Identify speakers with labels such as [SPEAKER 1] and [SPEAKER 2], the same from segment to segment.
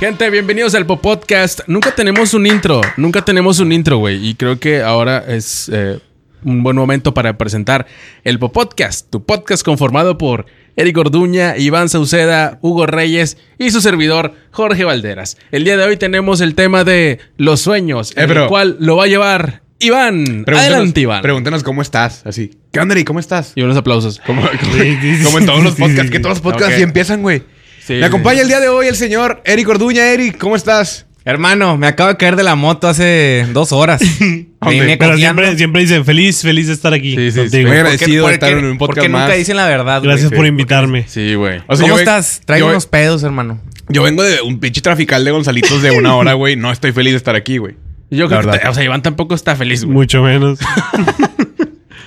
[SPEAKER 1] Gente, bienvenidos al Popodcast. Nunca tenemos un intro, nunca tenemos un intro, güey. Y creo que ahora es eh, un buen momento para presentar el Popodcast, tu podcast conformado por Eric Orduña, Iván Sauceda, Hugo Reyes y su servidor Jorge Valderas. El día de hoy tenemos el tema de los sueños,
[SPEAKER 2] Eh,
[SPEAKER 1] en el
[SPEAKER 2] pero-
[SPEAKER 1] cual lo va a llevar Iván. Adelante, Iván.
[SPEAKER 2] Pregúntanos cómo estás, así. ¿Qué onda, Eri? ¿Cómo estás?
[SPEAKER 1] Y unos aplausos.
[SPEAKER 2] Como, como- como en todos los podcasts, que todos los podcasts
[SPEAKER 1] Ok.
[SPEAKER 2] sí empiezan, güey.
[SPEAKER 1] Sí,
[SPEAKER 2] Me
[SPEAKER 1] sí,
[SPEAKER 2] acompaña
[SPEAKER 1] sí.
[SPEAKER 2] el día de hoy el señor Eric Orduña. Eric, ¿cómo estás?
[SPEAKER 3] Hermano, me acabo de caer de la moto hace dos horas. Me vine
[SPEAKER 4] Pero
[SPEAKER 3] cojeando.
[SPEAKER 4] siempre, siempre dicen, feliz, feliz de estar aquí.
[SPEAKER 1] Sí, sí,
[SPEAKER 4] contigo.
[SPEAKER 1] sí.
[SPEAKER 2] Muy
[SPEAKER 3] ¿Por qué-
[SPEAKER 2] agradecido
[SPEAKER 3] por
[SPEAKER 2] de estar
[SPEAKER 3] qué-
[SPEAKER 2] en un
[SPEAKER 3] por qué
[SPEAKER 2] podcast
[SPEAKER 3] nunca
[SPEAKER 2] más.
[SPEAKER 3] dicen la verdad, güey?
[SPEAKER 4] Gracias
[SPEAKER 2] Sí,
[SPEAKER 4] por
[SPEAKER 2] porque-
[SPEAKER 4] invitarme.
[SPEAKER 1] Sí, güey.
[SPEAKER 2] O sea,
[SPEAKER 3] ¿Cómo
[SPEAKER 2] yo ve-
[SPEAKER 3] estás? Traigo
[SPEAKER 2] yo ve-
[SPEAKER 3] unos pedos, hermano.
[SPEAKER 2] Yo vengo de un pinche trafical de Gonzalitos de una hora, güey. No estoy feliz de estar aquí, güey.
[SPEAKER 1] Yo creo
[SPEAKER 2] La
[SPEAKER 1] que,
[SPEAKER 2] verdad.
[SPEAKER 1] te- o sea, Iván tampoco está feliz, güey.
[SPEAKER 4] Mucho menos.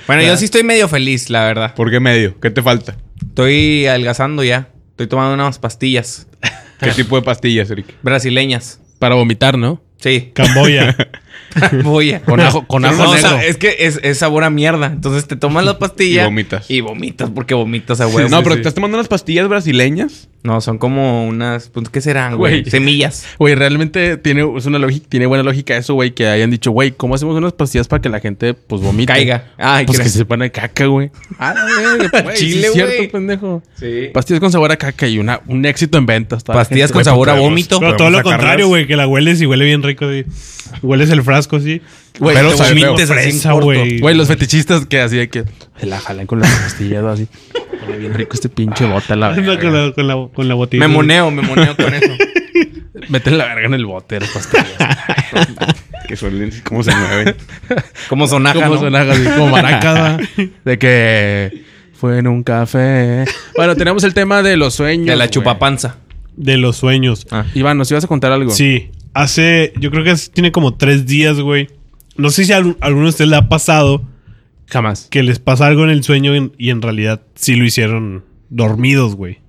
[SPEAKER 3] Bueno, yo sí estoy medio feliz, la verdad.
[SPEAKER 2] ¿Por qué medio? ¿Qué te falta?
[SPEAKER 3] Estoy adelgazando ya. Estoy tomando unas pastillas
[SPEAKER 2] ¿Qué tipo de pastillas, Eric?
[SPEAKER 3] brasileñas.
[SPEAKER 1] Para vomitar, ¿no?
[SPEAKER 3] Sí.
[SPEAKER 4] Camboya.
[SPEAKER 3] Voy a...
[SPEAKER 1] Con ajo, con ajo
[SPEAKER 3] No, o
[SPEAKER 1] negro.
[SPEAKER 3] sea, es que es, es sabor a mierda. Entonces te tomas la pastilla.
[SPEAKER 2] Y vomitas.
[SPEAKER 3] Y vomitas porque vomitas a huevo.
[SPEAKER 2] no, pero
[SPEAKER 3] Sí.
[SPEAKER 2] ¿te estás tomando unas pastillas brasileñas?
[SPEAKER 3] No, son como unas. pues, ¿Qué serán, güey?
[SPEAKER 1] Güey.
[SPEAKER 3] Semillas.
[SPEAKER 1] Güey, realmente tiene, es una lógica, tiene buena lógica eso, güey, que hayan dicho, güey, ¿cómo hacemos unas pastillas para que la gente, pues, vomite?
[SPEAKER 3] Caiga. Ay,
[SPEAKER 1] pues
[SPEAKER 3] qué-
[SPEAKER 1] que se sepan de caca, güey. Ah, güey,
[SPEAKER 3] pues, Chile, güey.
[SPEAKER 1] es cierto, pendejo.
[SPEAKER 3] Sí.
[SPEAKER 1] Pastillas con sabor a caca y una, un éxito en ventas. toda la
[SPEAKER 3] Pastillas
[SPEAKER 1] gente,
[SPEAKER 3] con
[SPEAKER 1] güey,
[SPEAKER 3] sabor a
[SPEAKER 1] porque-
[SPEAKER 5] Pues,
[SPEAKER 3] vómito.
[SPEAKER 4] Pero todo lo
[SPEAKER 2] sacarlas.
[SPEAKER 4] contrario, güey, que la hueles y huele bien rico. sí. Hueles el frasco, sí.
[SPEAKER 1] Güey,
[SPEAKER 2] Pero
[SPEAKER 1] te-
[SPEAKER 2] sabe feo.
[SPEAKER 4] Fresa,
[SPEAKER 3] así en corto.
[SPEAKER 4] güey.
[SPEAKER 1] Güey, los fetichistas que así de que se la jalan con las pastillas así. Huele bien rico este pinche bote, a la
[SPEAKER 4] Anda con
[SPEAKER 1] verga.
[SPEAKER 4] la, con la, con la botella.
[SPEAKER 3] Me moneo, me moneo con eso.
[SPEAKER 1] Meten la verga en el bote, las pastillas.
[SPEAKER 2] Que suelen... ¿Cómo se mueven?
[SPEAKER 3] Como sonaja,
[SPEAKER 1] como
[SPEAKER 3] ¿no?
[SPEAKER 1] sonaja, así, como maracas, ¿va? De que fue en un café. Bueno, tenemos el tema de los sueños.
[SPEAKER 3] De la
[SPEAKER 1] güey. Ah.
[SPEAKER 3] chupapanza.
[SPEAKER 4] De los sueños.
[SPEAKER 3] Ah,
[SPEAKER 1] Iván, ¿nos ibas a contar algo?
[SPEAKER 4] Sí. Hace, yo creo que hace- tiene como tres días, güey. No sé si a al- alguno de ustedes le ha pasado
[SPEAKER 1] Jamás.
[SPEAKER 4] que les pasa algo en el sueño y- y en realidad sí lo hicieron dormidos, güey.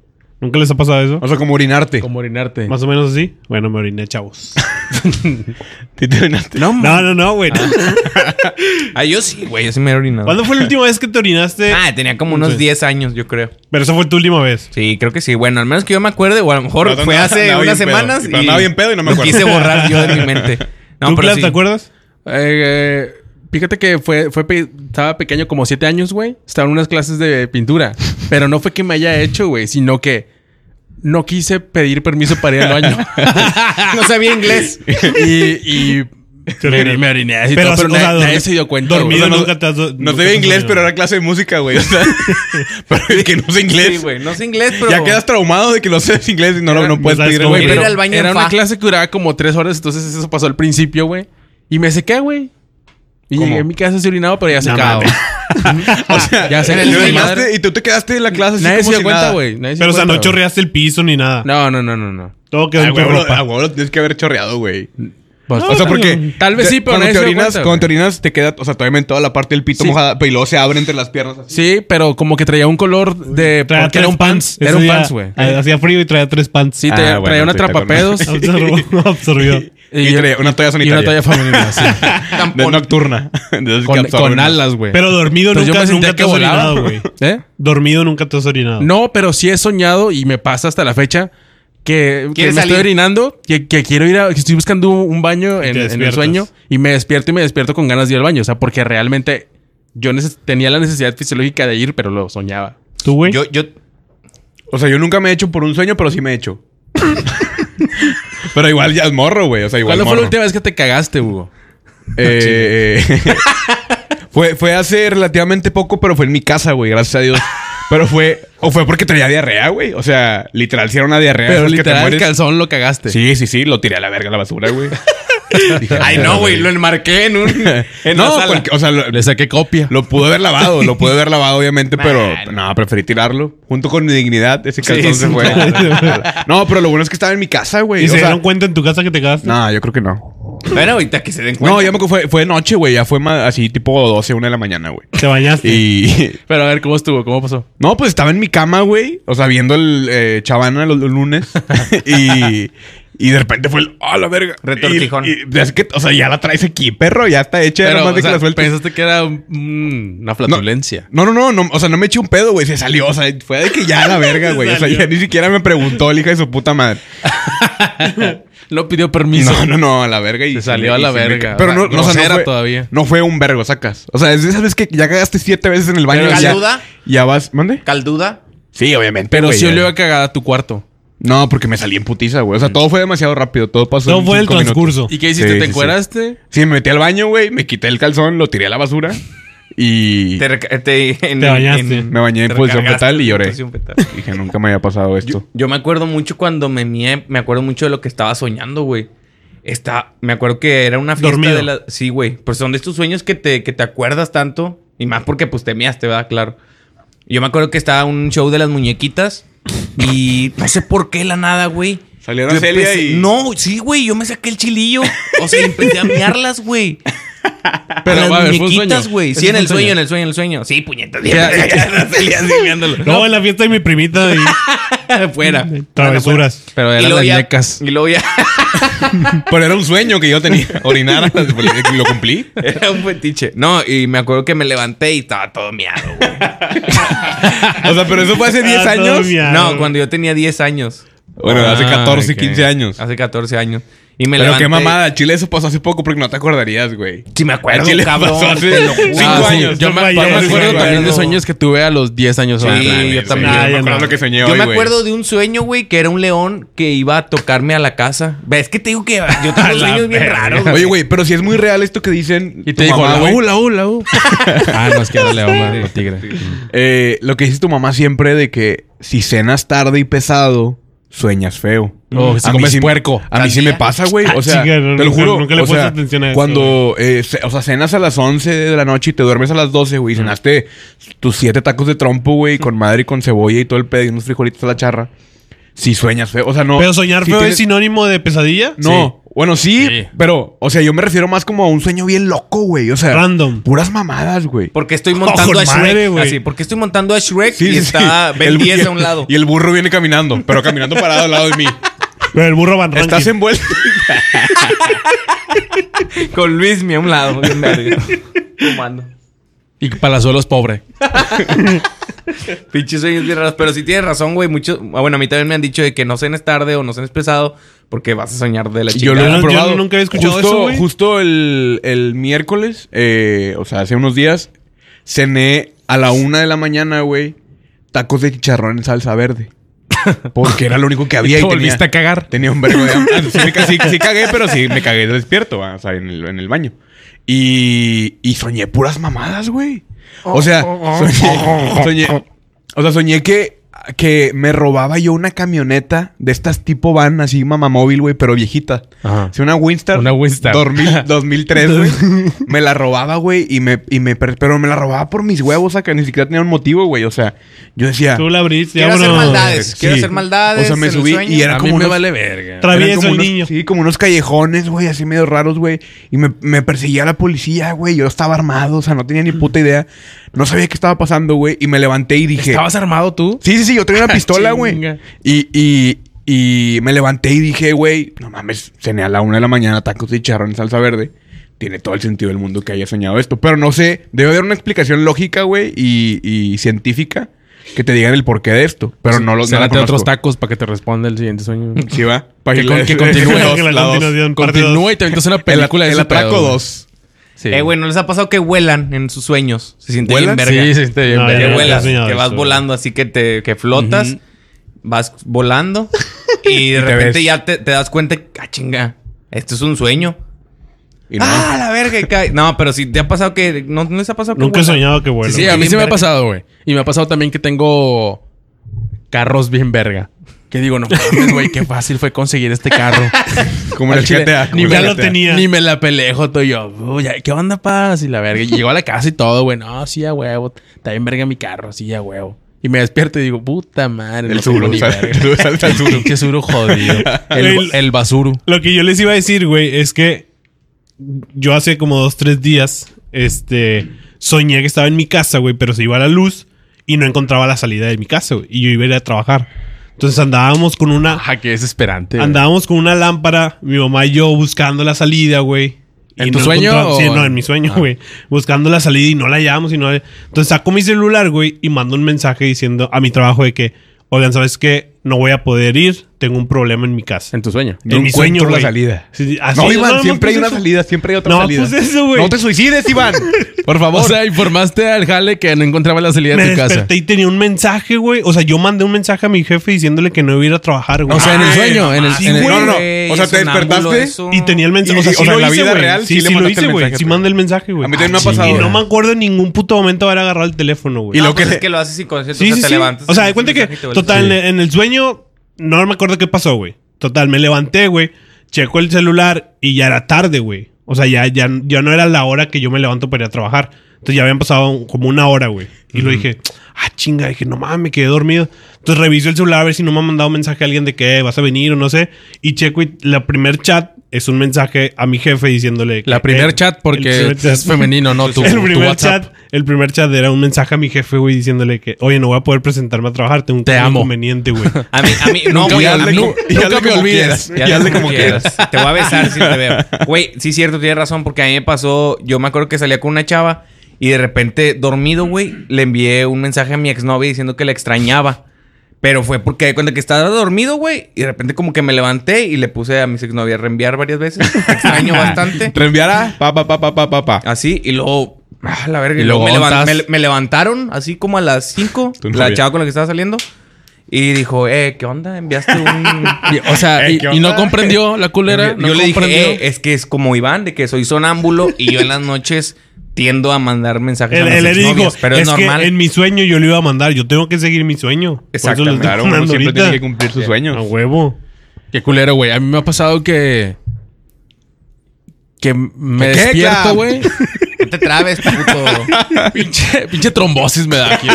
[SPEAKER 4] ¿Nunca les ha pasado eso?
[SPEAKER 2] O sea, como orinarte.
[SPEAKER 1] Como orinarte.
[SPEAKER 4] Más o menos así. Bueno, me oriné, chavos.
[SPEAKER 2] ¿Sí te orinaste?
[SPEAKER 1] No,
[SPEAKER 4] No, no, no, güey.
[SPEAKER 3] Ah, yo sí, güey. Yo sí me he orinado.
[SPEAKER 4] ¿Cuándo fue la última vez que te orinaste?
[SPEAKER 3] Ah, tenía como unos
[SPEAKER 2] Pues,
[SPEAKER 4] Sí.
[SPEAKER 3] 10 años, yo creo.
[SPEAKER 4] Pero esa fue tu última vez.
[SPEAKER 3] Sí, creo que sí. Bueno, al menos que yo me acuerde, o a lo mejor
[SPEAKER 2] No, no,
[SPEAKER 3] fue
[SPEAKER 2] no,
[SPEAKER 3] hace
[SPEAKER 2] andaba bien
[SPEAKER 3] unas
[SPEAKER 2] pedo.
[SPEAKER 3] semanas.
[SPEAKER 2] Pero andaba bien pedo y no me
[SPEAKER 3] lo
[SPEAKER 2] acuerdo.
[SPEAKER 3] quise borrar yo de mi mente. No,
[SPEAKER 4] ¿Tú,
[SPEAKER 3] pero
[SPEAKER 4] Clas,
[SPEAKER 3] sí.
[SPEAKER 4] te acuerdas?
[SPEAKER 1] Eh, fíjate que fue, fue pe- estaba pequeño, como siete años, güey. Estaba en unas clases de pintura. Pero no fue que me haya hecho, güey, sino que no quise pedir permiso para ir al baño.
[SPEAKER 3] No sabía inglés.
[SPEAKER 1] y. y
[SPEAKER 4] Te
[SPEAKER 1] me,
[SPEAKER 4] oriné.
[SPEAKER 1] me oriné así
[SPEAKER 4] Pero,
[SPEAKER 1] todo, pero
[SPEAKER 4] o sea,
[SPEAKER 1] nadie, nadie
[SPEAKER 4] dormi-
[SPEAKER 1] se dio cuenta. güey.
[SPEAKER 4] Dormido
[SPEAKER 2] O sea, no-
[SPEAKER 4] nunca te has... do-
[SPEAKER 2] No
[SPEAKER 4] nunca
[SPEAKER 2] sé
[SPEAKER 4] te has
[SPEAKER 2] inglés,
[SPEAKER 4] dormido.
[SPEAKER 2] pero era clase de música, güey. O sea, pero de que no sé inglés.
[SPEAKER 3] Sí, güey. No sé inglés, pero.
[SPEAKER 2] Ya quedas traumado de que no sabes inglés y no, no, no
[SPEAKER 4] No
[SPEAKER 2] puedes
[SPEAKER 4] sabes
[SPEAKER 2] pedir
[SPEAKER 4] cómo
[SPEAKER 2] güey.
[SPEAKER 3] ir
[SPEAKER 2] pero-
[SPEAKER 3] al baño
[SPEAKER 1] Era
[SPEAKER 3] en
[SPEAKER 1] una
[SPEAKER 3] fa.
[SPEAKER 1] clase que duraba como tres horas, entonces eso pasó al principio, güey. Y me sequé, güey. Y
[SPEAKER 2] ¿Cómo?
[SPEAKER 1] llegué a mi casa así orinado, pero ya
[SPEAKER 4] No
[SPEAKER 1] secado.
[SPEAKER 4] mames.
[SPEAKER 2] O sea,
[SPEAKER 1] Ya sé
[SPEAKER 2] te
[SPEAKER 1] que no hay
[SPEAKER 2] orinaste
[SPEAKER 1] madre.
[SPEAKER 2] y tú te quedaste en la clase así
[SPEAKER 1] Nadie
[SPEAKER 2] como
[SPEAKER 1] se dio
[SPEAKER 2] si
[SPEAKER 1] cuenta,
[SPEAKER 2] nada.
[SPEAKER 1] güey. Nadie se
[SPEAKER 4] Pero, o
[SPEAKER 1] dio
[SPEAKER 4] sea, no
[SPEAKER 1] cuenta, güey.
[SPEAKER 4] chorreaste el piso ni nada.
[SPEAKER 1] No, no, no, no, no.
[SPEAKER 4] Todo quedó
[SPEAKER 2] Ah,
[SPEAKER 4] en tu
[SPEAKER 2] güey, bro,
[SPEAKER 4] ropa.
[SPEAKER 2] ah, güey, lo tienes que haber chorreado, güey.
[SPEAKER 1] Pues-
[SPEAKER 2] O sea, porque...
[SPEAKER 1] Tal vez sí, pero
[SPEAKER 2] cuando
[SPEAKER 1] nadie
[SPEAKER 2] te
[SPEAKER 1] se dio
[SPEAKER 2] orinas,
[SPEAKER 1] cuenta,
[SPEAKER 2] Cuando te
[SPEAKER 1] güey.
[SPEAKER 2] orinas te queda... O sea, todavía en toda la parte del pito
[SPEAKER 1] Sí.
[SPEAKER 2] mojada, pero y luego se abre entre las piernas así.
[SPEAKER 1] Sí, pero como que traía un color de...
[SPEAKER 4] Traía
[SPEAKER 1] Porque era
[SPEAKER 4] tres
[SPEAKER 1] un pants. Era
[SPEAKER 4] Ese
[SPEAKER 1] un
[SPEAKER 4] día Ah,
[SPEAKER 1] pants, güey.
[SPEAKER 4] ha- Hacía frío y traía tres pants.
[SPEAKER 1] Sí,
[SPEAKER 2] Ah,
[SPEAKER 1] traía,
[SPEAKER 2] bueno,
[SPEAKER 1] traía un
[SPEAKER 2] sí, está con madre.
[SPEAKER 1] atrapapedos
[SPEAKER 4] Absorbió. absorbió.
[SPEAKER 2] Y, traía una toalla
[SPEAKER 1] y
[SPEAKER 2] sanitaria.
[SPEAKER 1] una toalla femenina, sí.
[SPEAKER 2] de nocturna. Entonces,
[SPEAKER 1] con,
[SPEAKER 2] que absorbe
[SPEAKER 1] con
[SPEAKER 2] más.
[SPEAKER 1] alas, güey.
[SPEAKER 4] Pero dormido
[SPEAKER 1] Entonces,
[SPEAKER 4] nunca,
[SPEAKER 1] yo me sentía
[SPEAKER 4] nunca te
[SPEAKER 1] que
[SPEAKER 4] has
[SPEAKER 1] volaba.
[SPEAKER 4] orinado, güey.
[SPEAKER 1] ¿Eh?
[SPEAKER 4] Dormido nunca te has
[SPEAKER 2] Ah.
[SPEAKER 4] orinado.
[SPEAKER 1] No, pero sí he soñado y me pasa hasta la fecha que, que me
[SPEAKER 3] ¿Quieres
[SPEAKER 1] estoy
[SPEAKER 3] salir?
[SPEAKER 1] orinando, que, que quiero ir a, que estoy buscando un, un baño en, en el
[SPEAKER 4] despiertas.
[SPEAKER 1] sueño y me despierto y me despierto con ganas de ir al baño. O sea, porque realmente yo neces- tenía la necesidad fisiológica de ir, pero lo soñaba.
[SPEAKER 4] ¿Tú, güey?
[SPEAKER 3] Yo, yo.
[SPEAKER 2] O sea, yo nunca me he hecho por un sueño, pero sí me he hecho. pero igual ya es morro, güey. O sea, igual
[SPEAKER 1] ¿Cuándo fue
[SPEAKER 2] morro.
[SPEAKER 1] la última vez que te cagaste, Hugo?
[SPEAKER 2] Eh, fue, fue hace relativamente poco, pero fue en mi casa, güey, gracias a Dios. Pero fue, o fue porque traía diarrea, güey. O sea, literal, si era una diarrea.
[SPEAKER 1] Pero
[SPEAKER 2] esas Eh, que te
[SPEAKER 1] literal, el
[SPEAKER 2] mueres.
[SPEAKER 1] calzón lo cagaste.
[SPEAKER 2] Sí, sí, sí, lo tiré a la verga a la basura, güey.
[SPEAKER 3] Ay, no, güey. Lo enmarqué en un. En
[SPEAKER 2] no,
[SPEAKER 3] la sala.
[SPEAKER 2] porque, o sea, lo,
[SPEAKER 1] Le saqué copia.
[SPEAKER 2] lo pude haber lavado, lo pude haber lavado, obviamente, pero
[SPEAKER 3] Man.
[SPEAKER 2] no, preferí tirarlo. Junto con mi dignidad, ese calzón
[SPEAKER 4] sí,
[SPEAKER 2] se fue. no, pero lo bueno es que estaba en mi casa, güey.
[SPEAKER 4] ¿Y
[SPEAKER 2] o
[SPEAKER 4] se
[SPEAKER 2] sea,
[SPEAKER 4] dieron cuenta en tu casa que te cagaste?
[SPEAKER 2] No, yo creo que no.
[SPEAKER 3] Bueno, ahorita que se den cuenta.
[SPEAKER 2] No, ya me acu- fue, fue noche, güey. Ya fue ma- así tipo 12, 1 de la mañana, güey.
[SPEAKER 4] ¿Te bañaste?
[SPEAKER 2] Y
[SPEAKER 1] Pero a ver, ¿cómo estuvo? ¿Cómo pasó?
[SPEAKER 2] No, pues estaba en mi cama, güey. O sea, viendo el eh, Chavana los, los lunes. y, Y de repente fue el, ¡ah, la verga!
[SPEAKER 3] Retortijón.
[SPEAKER 2] Y- y es que, o sea, ya la traes aquí, perro, ya está hecha,
[SPEAKER 1] Pero,
[SPEAKER 2] nada más
[SPEAKER 1] o
[SPEAKER 2] de que
[SPEAKER 1] sea, pues,
[SPEAKER 2] la sueltes.
[SPEAKER 1] pensaste que era un- una flatulencia.
[SPEAKER 2] No, no, no, no, o sea, no me eché un pedo, güey, se salió, o sea, fue de que ya la verga, güey. O sea,
[SPEAKER 4] salió.
[SPEAKER 2] ya ni siquiera me preguntó la hija de su puta madre.
[SPEAKER 1] No pidió permiso.
[SPEAKER 2] No, no, no, a la verga. Y
[SPEAKER 1] Se salió a la
[SPEAKER 2] y me
[SPEAKER 1] verga.
[SPEAKER 2] ca- Pero
[SPEAKER 1] O
[SPEAKER 2] no,
[SPEAKER 1] sea,
[SPEAKER 2] no, o sea, no
[SPEAKER 1] grosera
[SPEAKER 2] fue,
[SPEAKER 1] todavía.
[SPEAKER 2] No fue un vergo, sacas. O sea, es de esas veces que ya cagaste siete veces en el baño.
[SPEAKER 1] Pero
[SPEAKER 2] y ya,
[SPEAKER 5] ¿Calduda?
[SPEAKER 2] ya vas, ¿mande?
[SPEAKER 5] ¿Calduda?
[SPEAKER 2] Sí, obviamente.
[SPEAKER 1] Pero
[SPEAKER 2] güey,
[SPEAKER 1] sí
[SPEAKER 2] ya.
[SPEAKER 1] olió a cagada tu cuarto.
[SPEAKER 2] No, porque me salí en putiza, güey. O sea, todo fue demasiado rápido, todo pasó.
[SPEAKER 4] Mm. Todo
[SPEAKER 2] en
[SPEAKER 4] fue el
[SPEAKER 2] cinco minutos.
[SPEAKER 4] transcurso.
[SPEAKER 1] ¿Y qué hiciste?
[SPEAKER 2] Sí,
[SPEAKER 1] ¿Te
[SPEAKER 2] sí, sí.
[SPEAKER 1] encueraste?
[SPEAKER 2] Sí, me metí al baño, güey, me quité el calzón, lo tiré a la basura y
[SPEAKER 5] Te, reca- te- en-
[SPEAKER 4] Te bañaste.
[SPEAKER 2] me bañé en
[SPEAKER 5] te
[SPEAKER 2] posición
[SPEAKER 5] recargaste
[SPEAKER 2] fetal y
[SPEAKER 5] en
[SPEAKER 2] lloré.
[SPEAKER 5] posición fetal.
[SPEAKER 2] Dije, nunca me había pasado esto.
[SPEAKER 5] Yo me acuerdo mucho cuando me mié, me acuerdo mucho de lo que estaba soñando, güey. Está, me acuerdo que era una fiesta
[SPEAKER 4] Dormido.
[SPEAKER 5] de la. Sí, güey. Pues son de estos sueños que te, que te acuerdas tanto. Y más porque pues te miaste, ¿verdad? Claro. Yo me acuerdo que estaba un show de las muñequitas. Y no sé por qué la nada, güey.
[SPEAKER 2] Salieron
[SPEAKER 5] Yo
[SPEAKER 2] Celia
[SPEAKER 5] empecé-
[SPEAKER 2] y-
[SPEAKER 5] No, sí, güey. Yo me saqué el chilillo. O sea, y empecé a miarlas, güey.
[SPEAKER 2] Ah,
[SPEAKER 1] Pero,
[SPEAKER 5] Pero
[SPEAKER 1] va, fue
[SPEAKER 5] las
[SPEAKER 1] un sueño.
[SPEAKER 5] muñequitas, güey. Sí,
[SPEAKER 4] Ese
[SPEAKER 5] en
[SPEAKER 4] fue
[SPEAKER 5] el
[SPEAKER 4] un
[SPEAKER 5] sueño,
[SPEAKER 4] sueño.
[SPEAKER 5] en el sueño, en el sueño. Sí, puñetas.
[SPEAKER 1] Ya-
[SPEAKER 5] Celia así miándolo.
[SPEAKER 4] No, en la fiesta de mi primita y
[SPEAKER 5] Fuera. pues,
[SPEAKER 4] travesuras.
[SPEAKER 1] Pero
[SPEAKER 5] Y
[SPEAKER 1] eran
[SPEAKER 5] luego
[SPEAKER 1] las
[SPEAKER 5] ya-
[SPEAKER 1] ñecas.
[SPEAKER 5] Y luego ya.
[SPEAKER 2] Pero era un sueño que yo tenía. Orinar, a las- lo cumplí.
[SPEAKER 5] Era un fetiche. No, y me acuerdo que me levanté y estaba todo miado. güey.
[SPEAKER 2] O sea, pero eso fue hace 10
[SPEAKER 4] Ah, todo
[SPEAKER 2] años.
[SPEAKER 4] miado.
[SPEAKER 5] No, cuando yo tenía 10 años.
[SPEAKER 2] Bueno, hace
[SPEAKER 1] Ah,
[SPEAKER 2] 14,
[SPEAKER 1] ok.
[SPEAKER 2] 15 años.
[SPEAKER 5] Hace 14 años. Y me
[SPEAKER 2] pero
[SPEAKER 5] Ah, levanté.
[SPEAKER 2] qué mamada, Chile, eso pasó hace poco porque no te acordarías, güey.
[SPEAKER 5] Sí me acuerdo,
[SPEAKER 2] A Chile
[SPEAKER 5] cabrón,
[SPEAKER 2] pasó hace
[SPEAKER 5] te lo juro.
[SPEAKER 2] 5
[SPEAKER 1] Ah, sí.
[SPEAKER 2] años.
[SPEAKER 1] Yo me, yo me
[SPEAKER 4] Son mayores,
[SPEAKER 1] acuerdo
[SPEAKER 4] sí,
[SPEAKER 1] también de
[SPEAKER 5] claro.
[SPEAKER 1] sueños que tuve a los 10 años.
[SPEAKER 5] Sí,
[SPEAKER 1] Ah, la
[SPEAKER 5] yo
[SPEAKER 1] verga.
[SPEAKER 5] también.
[SPEAKER 4] Ah,
[SPEAKER 2] Yo me
[SPEAKER 4] ya
[SPEAKER 2] acuerdo
[SPEAKER 4] no.
[SPEAKER 2] lo que soñé
[SPEAKER 5] Yo
[SPEAKER 2] hoy,
[SPEAKER 5] me
[SPEAKER 2] güey.
[SPEAKER 5] acuerdo de un sueño, güey, que era un león que iba a tocarme a la casa. Ves que te digo que yo tengo
[SPEAKER 4] la
[SPEAKER 5] sueños bien
[SPEAKER 4] verga.
[SPEAKER 5] raros.
[SPEAKER 2] Oye, güey, pero si es muy real esto que dicen.
[SPEAKER 1] Y
[SPEAKER 2] tu
[SPEAKER 1] te dijo,
[SPEAKER 2] mamá,
[SPEAKER 1] la
[SPEAKER 2] güey,
[SPEAKER 1] U, la U, la U. ah, no, es que era león, la- la tigre.
[SPEAKER 2] eh, lo que dice tu mamá siempre de que si cenas tarde y pesado, sueñas feo.
[SPEAKER 1] Oh, si
[SPEAKER 2] A mí
[SPEAKER 1] comes
[SPEAKER 2] sí-
[SPEAKER 1] puerco.
[SPEAKER 2] A mí sí me pasa, güey. O sea,
[SPEAKER 4] Ah, chinga, no,
[SPEAKER 2] te lo
[SPEAKER 4] nunca-
[SPEAKER 2] juro.
[SPEAKER 4] nunca le
[SPEAKER 2] o sea,
[SPEAKER 4] puse atención a eso,
[SPEAKER 2] Cuando, eh, ce- o sea, cenas a las 11 de la noche y te duermes a las 12, güey. y Cenaste tus siete tacos de trompo, güey, con madre y con cebolla y todo el pedo y unos frijolitos a la charra. Si sueñas feo. O sea, no.
[SPEAKER 4] Pero soñar
[SPEAKER 2] si
[SPEAKER 4] feo
[SPEAKER 2] tienes-
[SPEAKER 4] es sinónimo de pesadilla.
[SPEAKER 2] No. Bueno, sí,
[SPEAKER 1] Sí.
[SPEAKER 2] pero, o sea, yo me refiero más como a un sueño bien loco, güey. O sea,
[SPEAKER 4] Random.
[SPEAKER 2] Puras mamadas, güey.
[SPEAKER 5] Porque estoy montando
[SPEAKER 4] Ojo,
[SPEAKER 5] a Shrek.
[SPEAKER 4] madre, güey.
[SPEAKER 5] así, porque estoy montando a Shrek
[SPEAKER 2] Sí,
[SPEAKER 5] y
[SPEAKER 2] sí,
[SPEAKER 5] está
[SPEAKER 2] sí.
[SPEAKER 5] Ben
[SPEAKER 2] El-
[SPEAKER 5] 10 a un lado.
[SPEAKER 2] Y el burro viene caminando, pero caminando parado al lado de mí.
[SPEAKER 4] Pero el burro van
[SPEAKER 2] Estás
[SPEAKER 4] Ranking.
[SPEAKER 2] envuelto.
[SPEAKER 5] Con Luis a un lado. bien verga. Fumando.
[SPEAKER 1] Y Palazuelos pobre.
[SPEAKER 5] Pinches sueños bien raros. Pero sí tienes razón, güey. Mucho... ah, Bueno, a mí también me han dicho de que no cenes tarde o no cenes pesado porque vas a soñar de la chica.
[SPEAKER 2] Yo lo he
[SPEAKER 4] Yo no- yo
[SPEAKER 2] comprobado.
[SPEAKER 4] nunca había escuchado
[SPEAKER 2] justo,
[SPEAKER 4] eso, güey.
[SPEAKER 2] Justo el, el miércoles, eh, o sea, hace unos días, cené a la una de la mañana, güey, tacos de chicharrón en salsa verde. Porque era lo único que había y,
[SPEAKER 1] te
[SPEAKER 2] tenía-
[SPEAKER 1] volviste a cagar.
[SPEAKER 2] Tenía un vergo de hambre. Ah, Sí, me ca- sí- sí cagué, pero sí me cagué despierto, ah, o sea, en el, en el baño. Y, y soñé puras mamadas, güey. O sea, soñé, soñé- o sea, soñé que, que me robaba yo una camioneta de estas tipo van, así mamamóvil, güey, pero viejita.
[SPEAKER 1] Ajá.
[SPEAKER 2] Sí, una Winstar.
[SPEAKER 1] Una Winstar.
[SPEAKER 2] 2000 2003, güey. me la robaba, güey, y me, y me... per- Pero me la robaba por mis huevos, acá ni siquiera tenía un motivo, güey. O sea, yo decía...
[SPEAKER 4] Tú la abriste.
[SPEAKER 5] Quiero hacer
[SPEAKER 4] vámonos.
[SPEAKER 5] maldades. Quiero
[SPEAKER 2] Sí.
[SPEAKER 5] hacer maldades.
[SPEAKER 2] O sea, me
[SPEAKER 5] en el
[SPEAKER 2] subí
[SPEAKER 5] sueño.
[SPEAKER 2] y era
[SPEAKER 1] a mí
[SPEAKER 2] como
[SPEAKER 1] me
[SPEAKER 2] unos-
[SPEAKER 1] vale verga.
[SPEAKER 2] Eran
[SPEAKER 4] Travieso
[SPEAKER 2] como
[SPEAKER 4] el
[SPEAKER 2] unos-
[SPEAKER 4] niño.
[SPEAKER 2] Sí, como unos callejones, güey, así medio raros, güey. Y me, me perseguía la policía, güey. Yo estaba armado, o sea, no tenía ni puta idea. No sabía qué estaba pasando, güey. Y me levanté y dije.
[SPEAKER 1] ¿Estabas armado tú?
[SPEAKER 2] Sí, sí, sí, yo tenía una pistola, güey.
[SPEAKER 1] Chinga.
[SPEAKER 2] Y, y, y me levanté y dije, güey, no mames, cené a la una de la mañana tacos de chicharrón en salsa verde. Tiene todo el sentido del mundo que haya soñado esto. Pero no sé, debe haber una explicación lógica, güey, y, y científica que te digan el porqué de esto. Pero no lo no la
[SPEAKER 1] Cérate otros
[SPEAKER 2] conozco.
[SPEAKER 1] tacos para que te responda el siguiente sueño.
[SPEAKER 2] Sí, va.
[SPEAKER 1] Que con- que continúe.
[SPEAKER 4] Que la continuación, parte dos.
[SPEAKER 1] Continúa y te avientas una película
[SPEAKER 2] el,
[SPEAKER 1] de
[SPEAKER 2] el
[SPEAKER 1] ese
[SPEAKER 2] atraco
[SPEAKER 1] pedo, güey.
[SPEAKER 2] 2.
[SPEAKER 1] Sí.
[SPEAKER 5] Eh, güey, ¿no les ha pasado que vuelan en sus sueños? Se siente
[SPEAKER 1] ¿Vuelan?
[SPEAKER 5] bien verga.
[SPEAKER 1] Sí, sí, está bien
[SPEAKER 4] No,
[SPEAKER 1] verga.
[SPEAKER 5] Que
[SPEAKER 4] ya,
[SPEAKER 5] vuelas,
[SPEAKER 4] he soñado
[SPEAKER 5] que vas
[SPEAKER 4] eso,
[SPEAKER 5] volando así que te que flotas, vas volando y de
[SPEAKER 2] te
[SPEAKER 5] repente
[SPEAKER 2] ves.
[SPEAKER 5] ya te, te das cuenta, que, ah, chinga, esto es un sueño.
[SPEAKER 2] Y no.
[SPEAKER 5] Ah, la verga, y cae. No, pero si te ha pasado que no, no les ha pasado que
[SPEAKER 4] Nunca he
[SPEAKER 5] vuelan?
[SPEAKER 4] soñado que vuelo.
[SPEAKER 1] Sí, a mí
[SPEAKER 5] bien
[SPEAKER 1] sí me ha
[SPEAKER 5] verga.
[SPEAKER 1] pasado, güey. Y me ha pasado también que tengo carros bien verga. Que digo, no mames, güey, qué fácil fue conseguir este carro.
[SPEAKER 2] como
[SPEAKER 1] Al
[SPEAKER 2] en el
[SPEAKER 1] chile,
[SPEAKER 2] GTA. como
[SPEAKER 1] ni
[SPEAKER 2] en el
[SPEAKER 1] me
[SPEAKER 4] ya
[SPEAKER 1] la
[SPEAKER 4] lo
[SPEAKER 2] GTA.
[SPEAKER 4] tenía.
[SPEAKER 1] Ni me la pelejo, todo yo. "Uy, ay, ¿Qué onda, paz? Y la verga. Y llegó a la casa y todo, güey. No, sí, a huevo. También verga mi carro, sí, a huevo. Y me despierto y digo, puta madre.
[SPEAKER 2] El
[SPEAKER 1] no tengo
[SPEAKER 2] Zuru,
[SPEAKER 1] ni
[SPEAKER 2] ¿sabes?
[SPEAKER 1] verga".
[SPEAKER 2] Tú salta al Zuru.
[SPEAKER 1] Pinche Zuru jodido. El,
[SPEAKER 4] El-
[SPEAKER 1] el basuru.
[SPEAKER 4] Lo que yo les iba a decir, güey, es que yo hace como dos, tres días, este, soñé que estaba en mi casa, güey, pero se iba la luz y no encontraba la salida de mi casa, güey, y yo iba a ir a trabajar. Entonces andábamos con una
[SPEAKER 1] Ajá, que es esperante. güey.
[SPEAKER 4] Andábamos con una lámpara, mi mamá y yo buscando la salida, güey.
[SPEAKER 1] ¿En
[SPEAKER 4] Y
[SPEAKER 1] tu
[SPEAKER 4] no
[SPEAKER 1] sueño
[SPEAKER 4] encontraba-
[SPEAKER 1] o- Ah.
[SPEAKER 4] Sí, no, en mi sueño, güey. Buscando la salida y no la hallamos y no la... Entonces saco mi celular, güey, y mando un mensaje diciendo a mi trabajo de que, oigan, ¿sabes qué? No voy a poder ir, tengo un problema en mi casa.
[SPEAKER 1] En tu sueño.
[SPEAKER 4] En mi
[SPEAKER 2] encuentro
[SPEAKER 4] sueño,
[SPEAKER 2] la
[SPEAKER 4] güey.
[SPEAKER 2] salida.
[SPEAKER 4] Sí, sí, así
[SPEAKER 2] no,
[SPEAKER 4] es,
[SPEAKER 2] Iván,
[SPEAKER 4] nada más
[SPEAKER 2] siempre hay
[SPEAKER 4] puse
[SPEAKER 2] una
[SPEAKER 4] eso.
[SPEAKER 2] salida, siempre hay otra
[SPEAKER 4] No,
[SPEAKER 2] salida.
[SPEAKER 4] pues eso, güey.
[SPEAKER 2] No te suicides, Iván.
[SPEAKER 1] Por favor. O sea, informaste al jale que no encontraba la salida
[SPEAKER 4] Me
[SPEAKER 1] de tu casa.
[SPEAKER 4] desperté y tenía un mensaje, güey. O sea, yo mandé un mensaje a mi jefe diciéndole que no iba a ir a trabajar, güey.
[SPEAKER 1] O sea, en el
[SPEAKER 2] Ay,
[SPEAKER 1] sueño. En el,
[SPEAKER 4] sí,
[SPEAKER 1] en el-
[SPEAKER 4] güey.
[SPEAKER 2] no, no, no. O sea,
[SPEAKER 5] es
[SPEAKER 2] te
[SPEAKER 5] un ángulo
[SPEAKER 2] despertaste
[SPEAKER 5] Ah, eso.
[SPEAKER 4] Y tenía el mensaje.
[SPEAKER 2] Y-
[SPEAKER 4] O sea,
[SPEAKER 2] y
[SPEAKER 4] sí
[SPEAKER 2] lo
[SPEAKER 4] lo
[SPEAKER 2] hice,
[SPEAKER 4] hice,
[SPEAKER 2] güey.
[SPEAKER 4] güey.
[SPEAKER 2] Sí,
[SPEAKER 4] Sí,
[SPEAKER 2] le
[SPEAKER 4] sí lo
[SPEAKER 2] mandaste
[SPEAKER 4] hice,
[SPEAKER 2] el
[SPEAKER 4] güey.
[SPEAKER 2] mensaje,
[SPEAKER 4] Sí
[SPEAKER 2] pero-
[SPEAKER 4] mandé el mensaje, güey.
[SPEAKER 2] A mí también me ha
[SPEAKER 4] Ah, sí,
[SPEAKER 2] pasado,
[SPEAKER 4] Y no
[SPEAKER 2] güey.
[SPEAKER 4] me acuerdo en ningún puto momento haber agarrado el teléfono, güey.
[SPEAKER 2] Y
[SPEAKER 5] No,
[SPEAKER 2] lo
[SPEAKER 5] pues
[SPEAKER 2] que-
[SPEAKER 5] es que lo haces inconsciente.
[SPEAKER 4] Sí,
[SPEAKER 5] o sea,
[SPEAKER 4] sí,
[SPEAKER 5] te
[SPEAKER 4] sí.
[SPEAKER 5] levantas.
[SPEAKER 4] O sea,
[SPEAKER 5] y
[SPEAKER 4] de cuenta
[SPEAKER 5] ese
[SPEAKER 4] que,
[SPEAKER 5] mensaje te vuelve-
[SPEAKER 4] total, en el- en el sueño, no me acuerdo qué pasó, güey. Total, me levanté, güey. Checo el celular y ya era tarde, güey. O sea, ya, ya, ya no era la hora que yo me levanto para ir a trabajar. Entonces ya habían pasado un- como una hora, güey. Y lo dije, ah, chinga, dije, no mames, me quedé dormido. Entonces reviso el celular a ver si no me ha mandado un mensaje a alguien de que "Eh, vas a venir o no sé. Y checo y la primer chat es un mensaje a mi jefe diciéndole. que,
[SPEAKER 1] la primer
[SPEAKER 4] "Eh,
[SPEAKER 1] chat
[SPEAKER 4] el
[SPEAKER 1] porque
[SPEAKER 4] primer chat".
[SPEAKER 1] es femenino, no tu,
[SPEAKER 4] el
[SPEAKER 1] tu
[SPEAKER 4] primer
[SPEAKER 1] WhatsApp.
[SPEAKER 4] chat, el primer chat era un mensaje a mi jefe, güey, diciéndole que, oye, no voy a poder presentarme a trabajar, tengo un
[SPEAKER 1] Te
[SPEAKER 4] cargo
[SPEAKER 1] amo.
[SPEAKER 4] inconveniente, güey.
[SPEAKER 5] A mí, a mí, no,
[SPEAKER 1] Nunca
[SPEAKER 5] güey,
[SPEAKER 1] me
[SPEAKER 5] a
[SPEAKER 1] olvides.
[SPEAKER 5] mí-
[SPEAKER 1] Nu-
[SPEAKER 2] y hazle
[SPEAKER 1] Nunca me
[SPEAKER 2] como
[SPEAKER 1] olvides.
[SPEAKER 5] Ya
[SPEAKER 2] Y hazle
[SPEAKER 5] como
[SPEAKER 2] como
[SPEAKER 5] quieras. Te voy a besar si te veo. Güey, sí, cierto, tienes razón, porque a mí me pasó. Yo me acuerdo que salía con una chava y de repente, dormido, güey, le envié un mensaje a mi exnovia diciendo que la extrañaba. Pero fue porque de cuenta que estaba dormido, güey, y de repente como que me levanté y le puse a mis exnovias a reenviar varias veces. Te extraño bastante.
[SPEAKER 2] Reenviará. Pa, pa, pa, pa, pa, pa, pa.
[SPEAKER 5] Así, y luego. ah, la verga.
[SPEAKER 1] Y
[SPEAKER 5] Y
[SPEAKER 1] luego
[SPEAKER 5] luego me, levan-
[SPEAKER 1] ondas.
[SPEAKER 5] me- me levantaron así como a las 5.
[SPEAKER 2] Tu
[SPEAKER 5] La
[SPEAKER 2] novia.
[SPEAKER 5] chava con la que estaba saliendo. Y dijo, eh, ¿qué onda? ¿Enviaste un.?
[SPEAKER 1] Y- o sea,
[SPEAKER 2] Eh,
[SPEAKER 1] y,
[SPEAKER 2] ¿qué
[SPEAKER 1] y no
[SPEAKER 2] onda?
[SPEAKER 1] comprendió la culera.
[SPEAKER 5] yo
[SPEAKER 1] no
[SPEAKER 5] le
[SPEAKER 1] comprendió.
[SPEAKER 5] dije, eh, es que es como Iván, de que soy sonámbulo y yo en las noches tiendo a mandar mensajes
[SPEAKER 4] él
[SPEAKER 5] a mis
[SPEAKER 4] él le dijo,
[SPEAKER 5] exnovias, pero es,
[SPEAKER 4] es, que
[SPEAKER 5] normal.
[SPEAKER 4] en mi sueño yo le iba a mandar, yo tengo que seguir mi sueño. Por eso lo estoy
[SPEAKER 2] Claro, uno
[SPEAKER 4] mandando
[SPEAKER 2] siempre
[SPEAKER 4] ahorita.
[SPEAKER 2] tiene que cumplir sus
[SPEAKER 4] A
[SPEAKER 2] sueños.
[SPEAKER 4] huevo.
[SPEAKER 1] Qué culero, güey. A mí me ha pasado que. Que me
[SPEAKER 2] ¿Qué,
[SPEAKER 1] despierto,
[SPEAKER 2] Clam?
[SPEAKER 1] güey.
[SPEAKER 5] No te trabes, puto.
[SPEAKER 1] pinche, pinche trombosis me da aquí.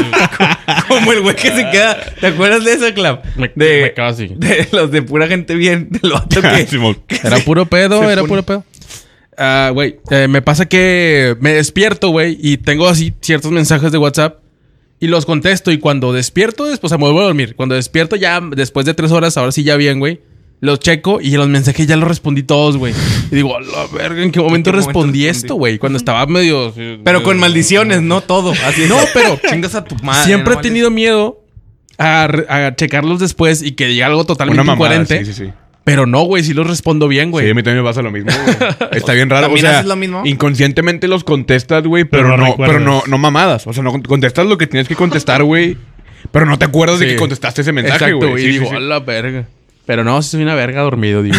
[SPEAKER 5] como el güey que se queda. ¿Te acuerdas de eso, Clap?
[SPEAKER 1] Me-
[SPEAKER 5] de,
[SPEAKER 1] me cago así.
[SPEAKER 5] de los de pura gente bien, del vato que.
[SPEAKER 2] Simón.
[SPEAKER 1] Era puro pedo, era puro pedo. Ah, güey. eh, me pasa que me despierto, güey. Y tengo así ciertos mensajes de WhatsApp. Y los contesto. Y cuando despierto, después, o sea, me vuelvo a dormir. Cuando despierto, ya después de tres horas, ahora sí ya bien, güey. Los checo y los mensajes ya los respondí todos, güey. Y digo, a la verga, ¿en qué momento
[SPEAKER 5] momento
[SPEAKER 1] respondí
[SPEAKER 5] respondí?
[SPEAKER 1] esto, güey? Cuando estaba medio.
[SPEAKER 5] Pero con maldiciones, no todo. Así no, pero. Chingas a tu madre.
[SPEAKER 1] Siempre
[SPEAKER 5] no
[SPEAKER 1] he tenido miedo a, re- a checarlos después y que diga algo totalmente incoherente.
[SPEAKER 2] Sí, sí, sí.
[SPEAKER 1] Pero no, güey, sí los respondo bien, güey.
[SPEAKER 2] Sí, a mí también me pasa lo mismo. güey. Está bien raro. O
[SPEAKER 5] ¿También
[SPEAKER 2] sea,
[SPEAKER 5] haces lo mismo?
[SPEAKER 2] inconscientemente los contestas, güey, pero,
[SPEAKER 4] Pero no
[SPEAKER 2] no,
[SPEAKER 4] recuerdas.
[SPEAKER 2] pero no, no mamadas. O sea, no cont- contestas lo que tienes que contestar, güey. Pero no te acuerdas de
[SPEAKER 1] Sí.
[SPEAKER 2] que contestaste ese mensaje,
[SPEAKER 1] Exacto,
[SPEAKER 2] güey.
[SPEAKER 1] güey.
[SPEAKER 2] Sí,
[SPEAKER 1] y
[SPEAKER 2] sí,
[SPEAKER 1] digo,
[SPEAKER 2] sí.
[SPEAKER 1] a la verga. Pero no, si soy una verga dormido, digo.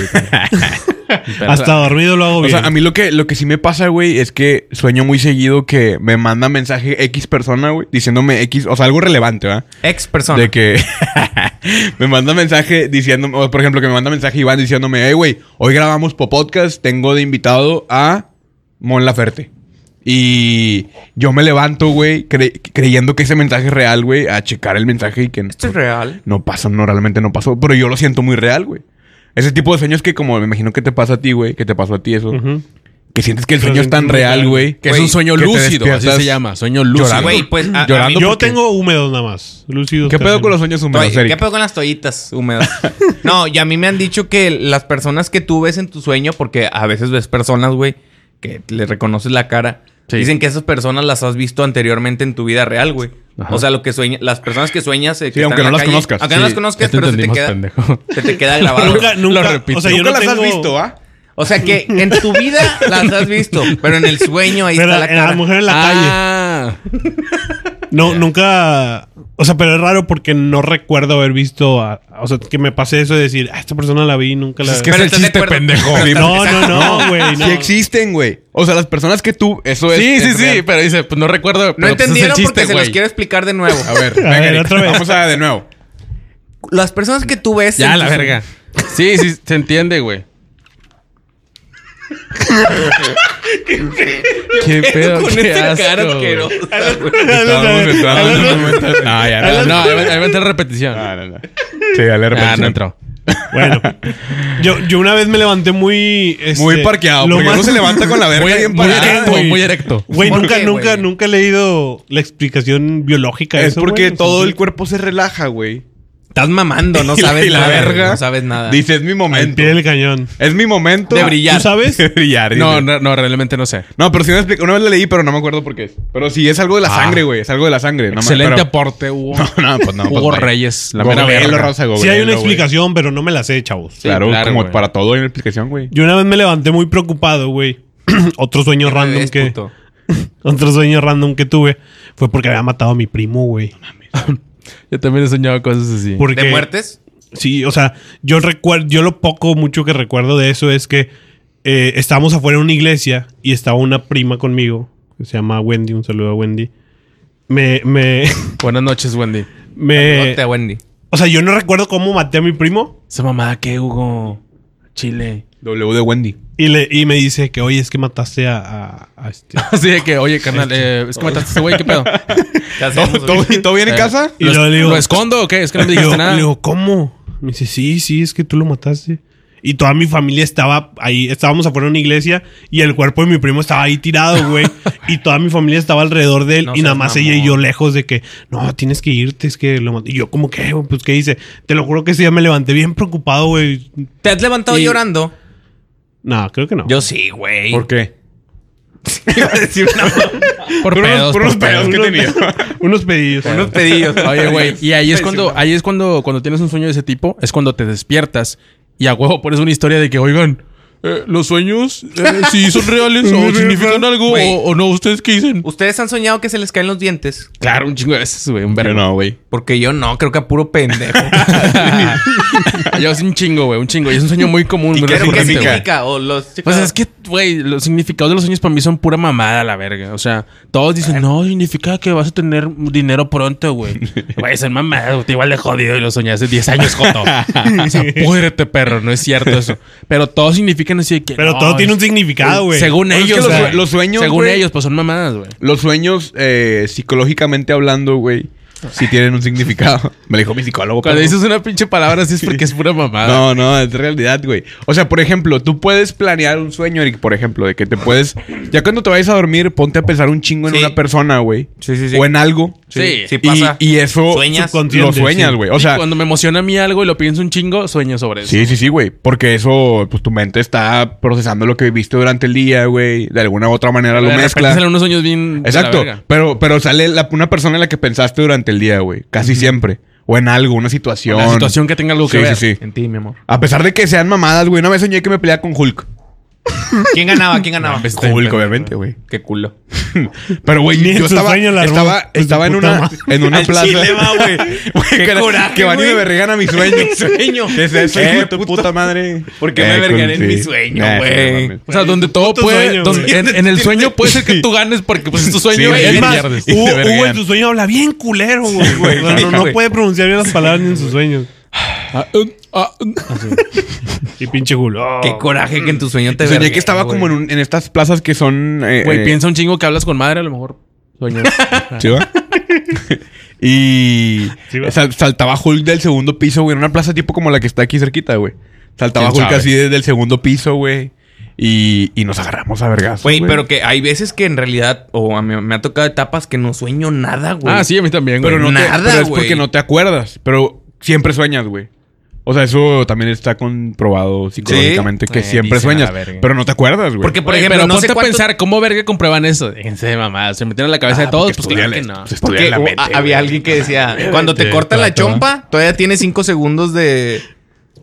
[SPEAKER 1] Pero,
[SPEAKER 4] Hasta dormido lo hago
[SPEAKER 2] O
[SPEAKER 4] bien.
[SPEAKER 2] sea, a mí lo que, lo que sí me pasa, güey, es que sueño muy seguido que me manda mensaje X persona, güey, diciéndome X, o sea, algo relevante, ¿verdad?
[SPEAKER 5] Ex persona.
[SPEAKER 2] De que me manda mensaje diciéndome, o, por ejemplo, que me manda mensaje Iván diciéndome, hey, güey, hoy grabamos po podcast, tengo de invitado a Mon Laferte. Y yo me levanto, güey, cre- creyendo que ese mensaje es real, güey, a checar el mensaje y que
[SPEAKER 5] Esto es real.
[SPEAKER 2] no pasó, no, realmente no pasó, pero yo lo siento muy real, güey. Ese tipo de sueños que como me imagino que te pasa a ti, güey, que te pasó a ti eso,
[SPEAKER 4] Ujú.
[SPEAKER 2] que sientes que el
[SPEAKER 4] Lo
[SPEAKER 2] sueño es
[SPEAKER 4] siento
[SPEAKER 2] tan
[SPEAKER 4] muy
[SPEAKER 2] real,
[SPEAKER 4] real.
[SPEAKER 2] güey.
[SPEAKER 1] que es un sueño
[SPEAKER 2] que te
[SPEAKER 1] lúcido, así se
[SPEAKER 2] despiertas
[SPEAKER 1] llama. Sueño lúcido.
[SPEAKER 2] llorando.
[SPEAKER 5] Güey, pues. a- a
[SPEAKER 2] Llorando
[SPEAKER 5] mí-
[SPEAKER 4] Yo
[SPEAKER 2] porque-
[SPEAKER 4] tengo húmedos nada más. Lúcidos.
[SPEAKER 2] ¿Qué pedo
[SPEAKER 4] casi
[SPEAKER 2] con
[SPEAKER 4] no.
[SPEAKER 2] los sueños
[SPEAKER 5] Oye,
[SPEAKER 2] húmedos,
[SPEAKER 5] ¿Qué
[SPEAKER 2] Eric?
[SPEAKER 5] pedo con las toallitas húmedas? no, y a mí me han dicho que las personas que tú ves en tu sueño, porque a veces ves personas, güey, que le reconoces la cara,
[SPEAKER 1] Sí.
[SPEAKER 5] dicen que esas personas las has visto anteriormente en tu vida real, güey.
[SPEAKER 1] Ajá.
[SPEAKER 5] O sea, lo que sueña, las personas que sueñas, eh, que
[SPEAKER 2] Sí, aunque
[SPEAKER 5] están en
[SPEAKER 2] no
[SPEAKER 5] la
[SPEAKER 2] las
[SPEAKER 5] calle,
[SPEAKER 2] conozcas.
[SPEAKER 5] aunque no las conozcas,
[SPEAKER 1] ya te
[SPEAKER 5] pero se te
[SPEAKER 1] entendimos,
[SPEAKER 5] queda,
[SPEAKER 1] pendejo.
[SPEAKER 5] se te queda grabado.
[SPEAKER 4] Nunca, nunca.
[SPEAKER 1] repito.
[SPEAKER 4] O sea, yo
[SPEAKER 2] Nunca
[SPEAKER 4] no
[SPEAKER 2] las has
[SPEAKER 4] tengo-
[SPEAKER 2] visto, ¿ah?
[SPEAKER 5] O sea que en tu vida las has visto, pero en el sueño ahí
[SPEAKER 4] Pero
[SPEAKER 5] está la
[SPEAKER 4] en las
[SPEAKER 5] cara.
[SPEAKER 4] mujeres en la calle.
[SPEAKER 1] ah,
[SPEAKER 4] No, nunca. O sea, pero es raro porque no recuerdo haber visto. a- o sea, que me pase eso de decir, ah, esta persona la vi, nunca la
[SPEAKER 2] Pues es que
[SPEAKER 5] Pero
[SPEAKER 2] es
[SPEAKER 5] estás
[SPEAKER 2] el
[SPEAKER 5] de
[SPEAKER 2] chiste,
[SPEAKER 5] acuerdo.
[SPEAKER 2] pendejo.
[SPEAKER 5] Pero estás-
[SPEAKER 4] No, no, no, güey.
[SPEAKER 2] Sí
[SPEAKER 4] No.
[SPEAKER 2] existen, güey. O sea, las personas que tú... Eso es...
[SPEAKER 1] Sí, sí,
[SPEAKER 2] es
[SPEAKER 1] sí.
[SPEAKER 2] real.
[SPEAKER 1] Pero dice, pues no recuerdo.
[SPEAKER 5] No
[SPEAKER 1] pero, pues, es el
[SPEAKER 5] entendieron porque
[SPEAKER 1] chiste,
[SPEAKER 5] se los
[SPEAKER 1] güey.
[SPEAKER 5] quiero explicar de nuevo.
[SPEAKER 2] A ver,
[SPEAKER 4] A
[SPEAKER 2] venga,
[SPEAKER 4] ver,
[SPEAKER 2] Eric.
[SPEAKER 4] otra vez.
[SPEAKER 2] Vamos a de nuevo.
[SPEAKER 5] Las personas que tú ves
[SPEAKER 1] Ya,
[SPEAKER 5] en
[SPEAKER 1] la
[SPEAKER 5] tu-
[SPEAKER 1] verga. Sí, sí, se entiende, güey. ¿Qué pedo
[SPEAKER 5] Con
[SPEAKER 1] qué
[SPEAKER 5] esta
[SPEAKER 1] asco,
[SPEAKER 5] cara
[SPEAKER 1] güey.
[SPEAKER 5] asquerosa, güey.
[SPEAKER 2] Estábamos entrando en un momento... No, ya
[SPEAKER 1] No,
[SPEAKER 2] no.
[SPEAKER 1] no, ahí va ahí va a entrar repetición.
[SPEAKER 2] No, no, no. Sí, dale
[SPEAKER 1] Ah,
[SPEAKER 2] repetición.
[SPEAKER 1] no entró.
[SPEAKER 4] Bueno, yo, yo una vez me levanté muy. este,
[SPEAKER 2] Muy parqueado.
[SPEAKER 4] lo
[SPEAKER 2] Porque
[SPEAKER 4] más-
[SPEAKER 2] uno se levanta con la verga
[SPEAKER 1] Muy,
[SPEAKER 2] bien
[SPEAKER 1] muy
[SPEAKER 2] parada.
[SPEAKER 1] erecto,
[SPEAKER 2] güey.
[SPEAKER 1] muy erecto.
[SPEAKER 4] Güey,
[SPEAKER 5] ¿Por
[SPEAKER 4] nunca,
[SPEAKER 5] qué,
[SPEAKER 4] nunca,
[SPEAKER 5] güey?
[SPEAKER 4] nunca he leído la explicación biológica de
[SPEAKER 2] Es
[SPEAKER 4] eso,
[SPEAKER 2] porque
[SPEAKER 4] güey.
[SPEAKER 2] todo el cuerpo se relaja, güey.
[SPEAKER 5] Estás mamando, no
[SPEAKER 2] Y la-
[SPEAKER 5] sabes
[SPEAKER 2] y la
[SPEAKER 5] nada.
[SPEAKER 2] verga.
[SPEAKER 5] No sabes nada.
[SPEAKER 2] Dice, es mi
[SPEAKER 4] Al
[SPEAKER 2] momento.
[SPEAKER 4] pie del cañón.
[SPEAKER 2] Es mi momento.
[SPEAKER 5] De brillar.
[SPEAKER 4] ¿Tú sabes?
[SPEAKER 2] De brillar. dice.
[SPEAKER 1] No, no, no, realmente no sé.
[SPEAKER 2] No, pero si me explica, una vez la leí, pero no me acuerdo por qué es. Pero sí, es algo de la sangre, güey. Es algo de la sangre. No me-
[SPEAKER 1] Ah. Excelente
[SPEAKER 2] pero-
[SPEAKER 1] aporte, Hugo.
[SPEAKER 2] No, no, pues no.
[SPEAKER 1] Hugo
[SPEAKER 2] pues, vaya.
[SPEAKER 1] Reyes, la mera
[SPEAKER 2] Googlealo,
[SPEAKER 1] verga.
[SPEAKER 2] Rosa,
[SPEAKER 4] sí hay
[SPEAKER 2] googlealo,
[SPEAKER 4] una
[SPEAKER 2] güey.
[SPEAKER 4] explicación, pero no me la sé, chavos.
[SPEAKER 2] claro,
[SPEAKER 1] claro,
[SPEAKER 2] como
[SPEAKER 1] güey.
[SPEAKER 2] para todo hay una explicación, güey.
[SPEAKER 4] Yo una vez me levanté muy preocupado, güey. Otro sueño
[SPEAKER 5] Me
[SPEAKER 4] random
[SPEAKER 5] ves,
[SPEAKER 4] que...
[SPEAKER 5] puto.
[SPEAKER 4] Otro sueño random que tuve fue porque había matado a mi primo, güey.
[SPEAKER 1] Yo también he soñado cosas así.
[SPEAKER 4] Porque,
[SPEAKER 5] ¿De muertes?
[SPEAKER 2] eh,
[SPEAKER 4] Sí, o sea, yo recuerdo, yo lo poco mucho que recuerdo de eso es que eh, estábamos afuera de una iglesia y estaba una prima conmigo, que se llama Wendy, un saludo a Wendy. Me, me,
[SPEAKER 1] Buenas noches, Wendy.
[SPEAKER 4] me,
[SPEAKER 5] Saludote a Wendy.
[SPEAKER 4] o sea, yo no recuerdo cómo maté a mi primo
[SPEAKER 1] Esa mamada que Hugo. Chile.
[SPEAKER 2] W de Wendy.
[SPEAKER 4] y, le, y me dice que, oye, es que mataste a, a- a este.
[SPEAKER 1] Así de que, oye, carnal,
[SPEAKER 2] Este.
[SPEAKER 1] eh, es que mataste a ese güey, ¿qué pedo?
[SPEAKER 5] ¿Qué hacemos,
[SPEAKER 2] ¿Todo, todo,
[SPEAKER 5] güey?
[SPEAKER 2] todo bien en
[SPEAKER 1] Eh,
[SPEAKER 2] casa?
[SPEAKER 4] Y
[SPEAKER 1] ¿Lo,
[SPEAKER 4] luego le digo-
[SPEAKER 1] ¿lo escondo o qué? Es que no me
[SPEAKER 4] Le digo,
[SPEAKER 1] dijiste nada.
[SPEAKER 4] le digo, ¿cómo? Me dice, sí, sí, es que tú lo mataste. Y toda mi familia estaba ahí, estábamos afuera de una iglesia y el cuerpo de mi primo estaba ahí tirado, güey. y toda mi familia estaba alrededor de él
[SPEAKER 5] No
[SPEAKER 4] y nada
[SPEAKER 5] seas
[SPEAKER 4] más
[SPEAKER 5] mamón.
[SPEAKER 4] ella y yo lejos de que, no, tienes que irte, es que lo maté. Y yo, como que, pues, ¿qué hice? Te lo juro que ese día me levanté bien preocupado, güey.
[SPEAKER 5] ¿Te has levantado
[SPEAKER 4] Y-
[SPEAKER 5] llorando?
[SPEAKER 4] No, creo que no.
[SPEAKER 5] Yo sí, güey.
[SPEAKER 2] ¿Por qué?
[SPEAKER 5] Iba a decir una mamá.
[SPEAKER 1] por
[SPEAKER 2] unos-
[SPEAKER 1] pedos,
[SPEAKER 2] por
[SPEAKER 1] por
[SPEAKER 2] unos pedos.
[SPEAKER 1] pedos.
[SPEAKER 2] que tenía.
[SPEAKER 4] unos pedillos.
[SPEAKER 5] Unos pedillos.
[SPEAKER 1] Oye, güey, y ahí es cuando, ahí es cuando, cuando tienes un sueño de ese tipo, es cuando te despiertas y a huevo pones una historia de que, oigan, eh, los sueños, eh, si son reales o significan algo
[SPEAKER 5] Güey.
[SPEAKER 1] o, o no, ¿ustedes qué dicen?
[SPEAKER 5] ¿Ustedes han soñado que se les caen los dientes?
[SPEAKER 1] Claro, un chingo de veces, güey, un
[SPEAKER 2] Pero
[SPEAKER 1] verbo.
[SPEAKER 2] no, güey.
[SPEAKER 5] Porque yo no, creo que a puro pendejo.
[SPEAKER 1] Yo es un chingo, güey, un chingo. Y es un sueño muy común, muy
[SPEAKER 5] Creo que
[SPEAKER 1] recurrente, güey.
[SPEAKER 5] significa. O los
[SPEAKER 1] Pues es que, güey, los significados de los sueños para mí son pura mamada, la verga. O sea, todos dicen, no, significa que vas a tener dinero pronto, güey. Güey, son mamadas, güey, te igual de jodido y lo soñé hace 10 años, Joto. o sea, púdrete, perro, no es cierto eso. Pero todos significan así de que.
[SPEAKER 4] Pero
[SPEAKER 1] no,
[SPEAKER 4] todo tiene
[SPEAKER 1] es-
[SPEAKER 4] un significado, güey.
[SPEAKER 1] Según
[SPEAKER 2] Pues es que
[SPEAKER 1] ellos,
[SPEAKER 2] los
[SPEAKER 1] güey.
[SPEAKER 2] sue- los sueños,
[SPEAKER 1] Según
[SPEAKER 2] güey.
[SPEAKER 1] ellos, pues son mamadas, güey.
[SPEAKER 2] Los sueños, eh, psicológicamente hablando, güey, sí tienen un significado. Me lo dijo mi psicólogo.
[SPEAKER 1] Cuando
[SPEAKER 2] pero-
[SPEAKER 1] dices una pinche palabra así es porque es pura mamada.
[SPEAKER 2] No, no, es realidad, güey. O sea, por ejemplo, tú puedes planear un sueño, Eric, por ejemplo, de que te puedes. Ya cuando te vayas a dormir, ponte a pensar un chingo en
[SPEAKER 5] Sí.
[SPEAKER 2] una persona, güey.
[SPEAKER 5] Sí, sí, sí.
[SPEAKER 2] O en algo.
[SPEAKER 1] Sí.
[SPEAKER 5] Sí
[SPEAKER 2] Y-
[SPEAKER 5] pasa.
[SPEAKER 2] Y, eso.
[SPEAKER 5] Sueñas.
[SPEAKER 2] Lo sueñas,
[SPEAKER 4] sí.
[SPEAKER 2] güey. O sea.
[SPEAKER 1] cuando me emociona a mí algo y lo pienso un chingo, sueño sobre eso.
[SPEAKER 2] Ah. Sí, sí, sí, güey. Porque eso, pues tu mente está procesando lo que viviste durante el día, güey. De alguna u otra manera lo
[SPEAKER 1] de repente
[SPEAKER 2] mezcla.
[SPEAKER 1] salen unos sueños bien. de la
[SPEAKER 2] Exacto.
[SPEAKER 1] verga.
[SPEAKER 2] Pero, pero sale la- una persona en la que pensaste durante el día, güey. Casi siempre. O en algo, una situación.
[SPEAKER 1] La situación que tenga algo que
[SPEAKER 2] Sí,
[SPEAKER 1] ver.
[SPEAKER 2] sí, sí.
[SPEAKER 5] En ti, mi amor.
[SPEAKER 2] A pesar de que sean mamadas, güey. Una vez soñé que me peleaba con Hulk.
[SPEAKER 5] ¿Quién ganaba? ¿Quién ganaba?
[SPEAKER 2] Hulk, obviamente, güey.
[SPEAKER 5] Qué culo.
[SPEAKER 2] Pero, güey,
[SPEAKER 4] Ni en
[SPEAKER 2] yo
[SPEAKER 4] su
[SPEAKER 2] estaba,
[SPEAKER 4] sueño la armó.
[SPEAKER 2] estaba,
[SPEAKER 4] Pues,
[SPEAKER 2] estaba en
[SPEAKER 4] puta
[SPEAKER 2] una,
[SPEAKER 4] madre.
[SPEAKER 2] en una
[SPEAKER 5] Al
[SPEAKER 2] plaza.
[SPEAKER 5] chile va, güey.
[SPEAKER 2] Güey,
[SPEAKER 5] Qué
[SPEAKER 2] que,
[SPEAKER 5] coraje,
[SPEAKER 2] que van y me
[SPEAKER 5] güey.
[SPEAKER 2] vergan a mi sueño.
[SPEAKER 5] Mi sueño.
[SPEAKER 2] Que es eso,
[SPEAKER 5] Eh,
[SPEAKER 2] hijo de tu puta madre.
[SPEAKER 5] ¿Por qué me vergan en mi sueño,
[SPEAKER 2] Nah, sí, Eh,
[SPEAKER 5] güey?
[SPEAKER 2] no mames.
[SPEAKER 1] O sea, donde todo
[SPEAKER 4] puto
[SPEAKER 1] puede.
[SPEAKER 4] sueño,
[SPEAKER 1] donde-
[SPEAKER 4] güey.
[SPEAKER 1] en, en el sueño puede ser que tú ganes porque pues es tu
[SPEAKER 2] Sí,
[SPEAKER 1] sueño
[SPEAKER 2] güey,
[SPEAKER 1] y
[SPEAKER 2] es
[SPEAKER 1] ahí
[SPEAKER 4] Es más,
[SPEAKER 1] pierdes.
[SPEAKER 2] Y te
[SPEAKER 4] Hugo, Hugo
[SPEAKER 2] verguean.
[SPEAKER 4] en su sueño habla bien culero, güey.
[SPEAKER 5] güey.
[SPEAKER 4] O sea, no, no
[SPEAKER 5] Sí,
[SPEAKER 4] puede pronunciar bien las palabras ni en sus sueños.
[SPEAKER 1] Ah, um, ah, um.
[SPEAKER 4] Y pinche "Oh, culo.
[SPEAKER 5] Qué coraje que en tu sueño te
[SPEAKER 2] Soñé
[SPEAKER 5] vergué,
[SPEAKER 2] que estaba
[SPEAKER 5] güey.
[SPEAKER 2] como en, un- en estas plazas que son. eh,
[SPEAKER 1] Güey,
[SPEAKER 2] eh,
[SPEAKER 1] piensa un chingo que hablas con madre, a lo mejor. Sueño.
[SPEAKER 2] ¿Sí va? y
[SPEAKER 4] Sí va.
[SPEAKER 2] sal- saltaba Hulk del segundo piso, güey. En una plaza tipo como la que está aquí cerquita, güey. Saltaba
[SPEAKER 1] ¿Quién
[SPEAKER 2] Hulk
[SPEAKER 1] sabe?
[SPEAKER 2] así desde el segundo piso, güey. Y, y nos agarramos a vergas.
[SPEAKER 5] Güey, pero que hay veces que en realidad, o a mí me ha tocado etapas que no sueño nada, güey.
[SPEAKER 1] ah, sí, a mí también, güey.
[SPEAKER 2] Pero no te-
[SPEAKER 5] nada,
[SPEAKER 2] pero es
[SPEAKER 5] güey.
[SPEAKER 2] porque no te acuerdas. Pero siempre sueñas, güey. O sea, eso también está comprobado psicológicamente que
[SPEAKER 1] Eh,
[SPEAKER 2] siempre
[SPEAKER 1] dicen a la
[SPEAKER 2] sueñas.
[SPEAKER 1] verga.
[SPEAKER 2] Pero no te acuerdas, güey.
[SPEAKER 5] Porque, por
[SPEAKER 1] Güey,
[SPEAKER 5] ejemplo,
[SPEAKER 1] pero
[SPEAKER 5] no
[SPEAKER 1] ponte
[SPEAKER 5] sé
[SPEAKER 1] a
[SPEAKER 5] cuánto-
[SPEAKER 1] pensar cómo verga comprueban eso. Déjense de mamada. Se metieron en la cabeza de todos, pues claro que no.
[SPEAKER 5] Porque
[SPEAKER 2] la
[SPEAKER 5] hubo-
[SPEAKER 2] mente,
[SPEAKER 5] a-
[SPEAKER 2] güey.
[SPEAKER 5] había alguien que decía, cuando te cortan la chompa, todavía tienes cinco segundos de,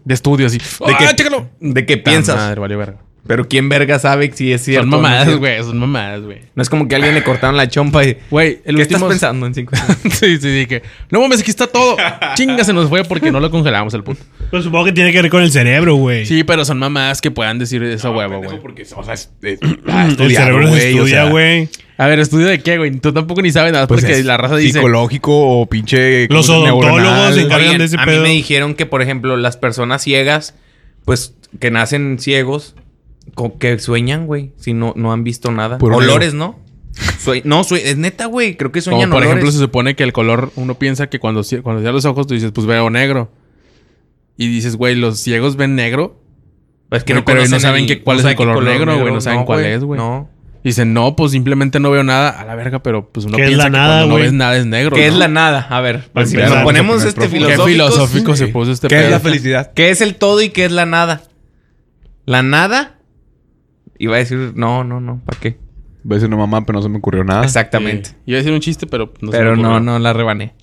[SPEAKER 1] De estudio, así.
[SPEAKER 5] de que,
[SPEAKER 1] ¡Ah, chécalo!
[SPEAKER 5] de que
[SPEAKER 1] Puta
[SPEAKER 5] piensas.
[SPEAKER 1] Madre, valió verga.
[SPEAKER 5] Pero quién verga sabe si es cierto.
[SPEAKER 1] Son
[SPEAKER 5] o no es
[SPEAKER 1] mamadas,
[SPEAKER 5] cierto?
[SPEAKER 1] güey. Son mamadas, güey.
[SPEAKER 5] No es como que a alguien le cortaron la chompa y...
[SPEAKER 1] Güey, el
[SPEAKER 5] ¿Qué
[SPEAKER 1] último...
[SPEAKER 5] estás pensando en cinco segundos?
[SPEAKER 1] sí, sí, sí. Que... No mames, aquí está todo. Chinga, se nos fue porque no lo congelamos el puto.
[SPEAKER 4] Pues supongo que tiene que ver con el cerebro, güey.
[SPEAKER 1] Sí, pero son mamadas que puedan decir esa huevo, güey.
[SPEAKER 2] Porque, o sea, es- es- ah,
[SPEAKER 4] El
[SPEAKER 2] estudiado,
[SPEAKER 4] cerebro se
[SPEAKER 2] güey, o
[SPEAKER 4] estudia,
[SPEAKER 2] sea,
[SPEAKER 4] güey.
[SPEAKER 1] A ver, estudio de qué, güey. Tú tampoco ni sabes nada
[SPEAKER 2] pues
[SPEAKER 1] porque
[SPEAKER 2] es
[SPEAKER 1] la raza dice.
[SPEAKER 2] Psicológico o pinche.
[SPEAKER 4] Los
[SPEAKER 2] ¿cómo se llama?
[SPEAKER 4] odontólogos
[SPEAKER 2] Neuronal.
[SPEAKER 4] en- encargan
[SPEAKER 5] Oigan,
[SPEAKER 4] de ese
[SPEAKER 5] a mí
[SPEAKER 4] pedo.
[SPEAKER 5] me dijeron que, por ejemplo, las personas ciegas, pues que nacen ciegos, co- que sueñan, güey, si no, no han visto nada.
[SPEAKER 2] Puro
[SPEAKER 5] olores, ¿no? Sue- no, sue- es neta, güey, creo que
[SPEAKER 1] Como
[SPEAKER 5] sueñan
[SPEAKER 1] por
[SPEAKER 5] olores.
[SPEAKER 1] ejemplo, se supone que el color, uno piensa que cuando, cie- cuando cierras los ojos, tú dices, pues veo negro. Y dices, güey, los ciegos ven negro.
[SPEAKER 5] es que
[SPEAKER 1] Güey, pero no
[SPEAKER 5] conocen
[SPEAKER 1] saben
[SPEAKER 5] el-
[SPEAKER 1] que- cuál es
[SPEAKER 5] saben
[SPEAKER 1] el color negro, güey, no saben cuál es, güey.
[SPEAKER 5] No.
[SPEAKER 1] Y dice, no, pues simplemente no veo nada. A la verga, pero pues uno
[SPEAKER 4] ¿Qué es
[SPEAKER 1] piensa
[SPEAKER 4] la
[SPEAKER 1] que
[SPEAKER 4] nada,
[SPEAKER 1] cuando no
[SPEAKER 4] güey?
[SPEAKER 1] ves nada es negro.
[SPEAKER 5] ¿Qué es
[SPEAKER 1] ¿no? Pues
[SPEAKER 5] la nada? A ver,
[SPEAKER 4] Para
[SPEAKER 5] si
[SPEAKER 4] empezar,
[SPEAKER 5] nos
[SPEAKER 4] vamos a
[SPEAKER 5] ponemos
[SPEAKER 2] poner
[SPEAKER 5] este
[SPEAKER 2] profundo.
[SPEAKER 1] Qué
[SPEAKER 5] filosófico.
[SPEAKER 1] filosófico se puso este
[SPEAKER 2] ¿Qué es
[SPEAKER 1] pedo.
[SPEAKER 2] la felicidad?
[SPEAKER 5] ¿Qué es el todo y qué es la nada? La nada. Iba a decir, no, no, no, ¿para qué?
[SPEAKER 2] Voy a decir una mamá, pero no se me ocurrió nada.
[SPEAKER 5] Exactamente.
[SPEAKER 1] Ah, Sí. Iba a decir un chiste, pero no se
[SPEAKER 5] Pero
[SPEAKER 1] me ocurrió.
[SPEAKER 5] no, no la rebané.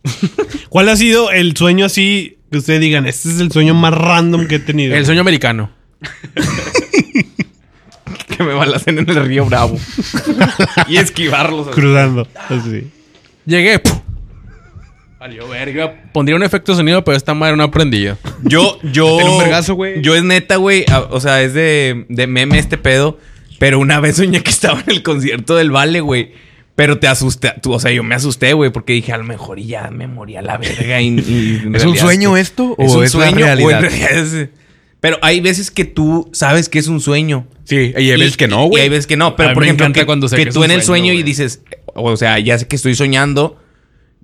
[SPEAKER 4] ¿Cuál ha sido el sueño así que ustedes digan, este es el sueño más random que he tenido?
[SPEAKER 1] El sueño americano.
[SPEAKER 5] Que me balacen en el río Bravo. y esquivarlos. así.
[SPEAKER 4] Cruzando. Así.
[SPEAKER 1] Llegué. ¡puf! Valió verga. Pondría un efecto sonido, pero esta madre no aprendió.
[SPEAKER 5] Yo, yo.
[SPEAKER 2] Métele un vergazo, güey.
[SPEAKER 5] Yo es neta, güey. a- O sea, es de, de meme este pedo. Pero una vez soñé que estaba en el concierto del Vale, güey. Pero te asusté. Tú, o sea, yo me asusté, güey, porque dije, a lo mejor y ya me moría la verga. y- y en
[SPEAKER 2] ¿Es un
[SPEAKER 5] realidad
[SPEAKER 2] sueño esto o
[SPEAKER 5] es un
[SPEAKER 2] es la
[SPEAKER 5] sueño o en
[SPEAKER 2] realidad?
[SPEAKER 5] realidad es- Pero hay veces que tú sabes que es un sueño.
[SPEAKER 2] Sí, y hay veces que no,
[SPEAKER 5] Y hay
[SPEAKER 2] güey.
[SPEAKER 5] veces que no.
[SPEAKER 1] A
[SPEAKER 5] Pero
[SPEAKER 1] mí
[SPEAKER 5] por
[SPEAKER 1] me
[SPEAKER 5] ejemplo,
[SPEAKER 1] encanta
[SPEAKER 5] que,
[SPEAKER 1] cuando sé
[SPEAKER 5] que
[SPEAKER 1] que es
[SPEAKER 5] tú
[SPEAKER 1] un
[SPEAKER 5] en el
[SPEAKER 1] sueño,
[SPEAKER 5] sueño y
[SPEAKER 1] güey.
[SPEAKER 5] dices, o sea, ya sé que estoy soñando,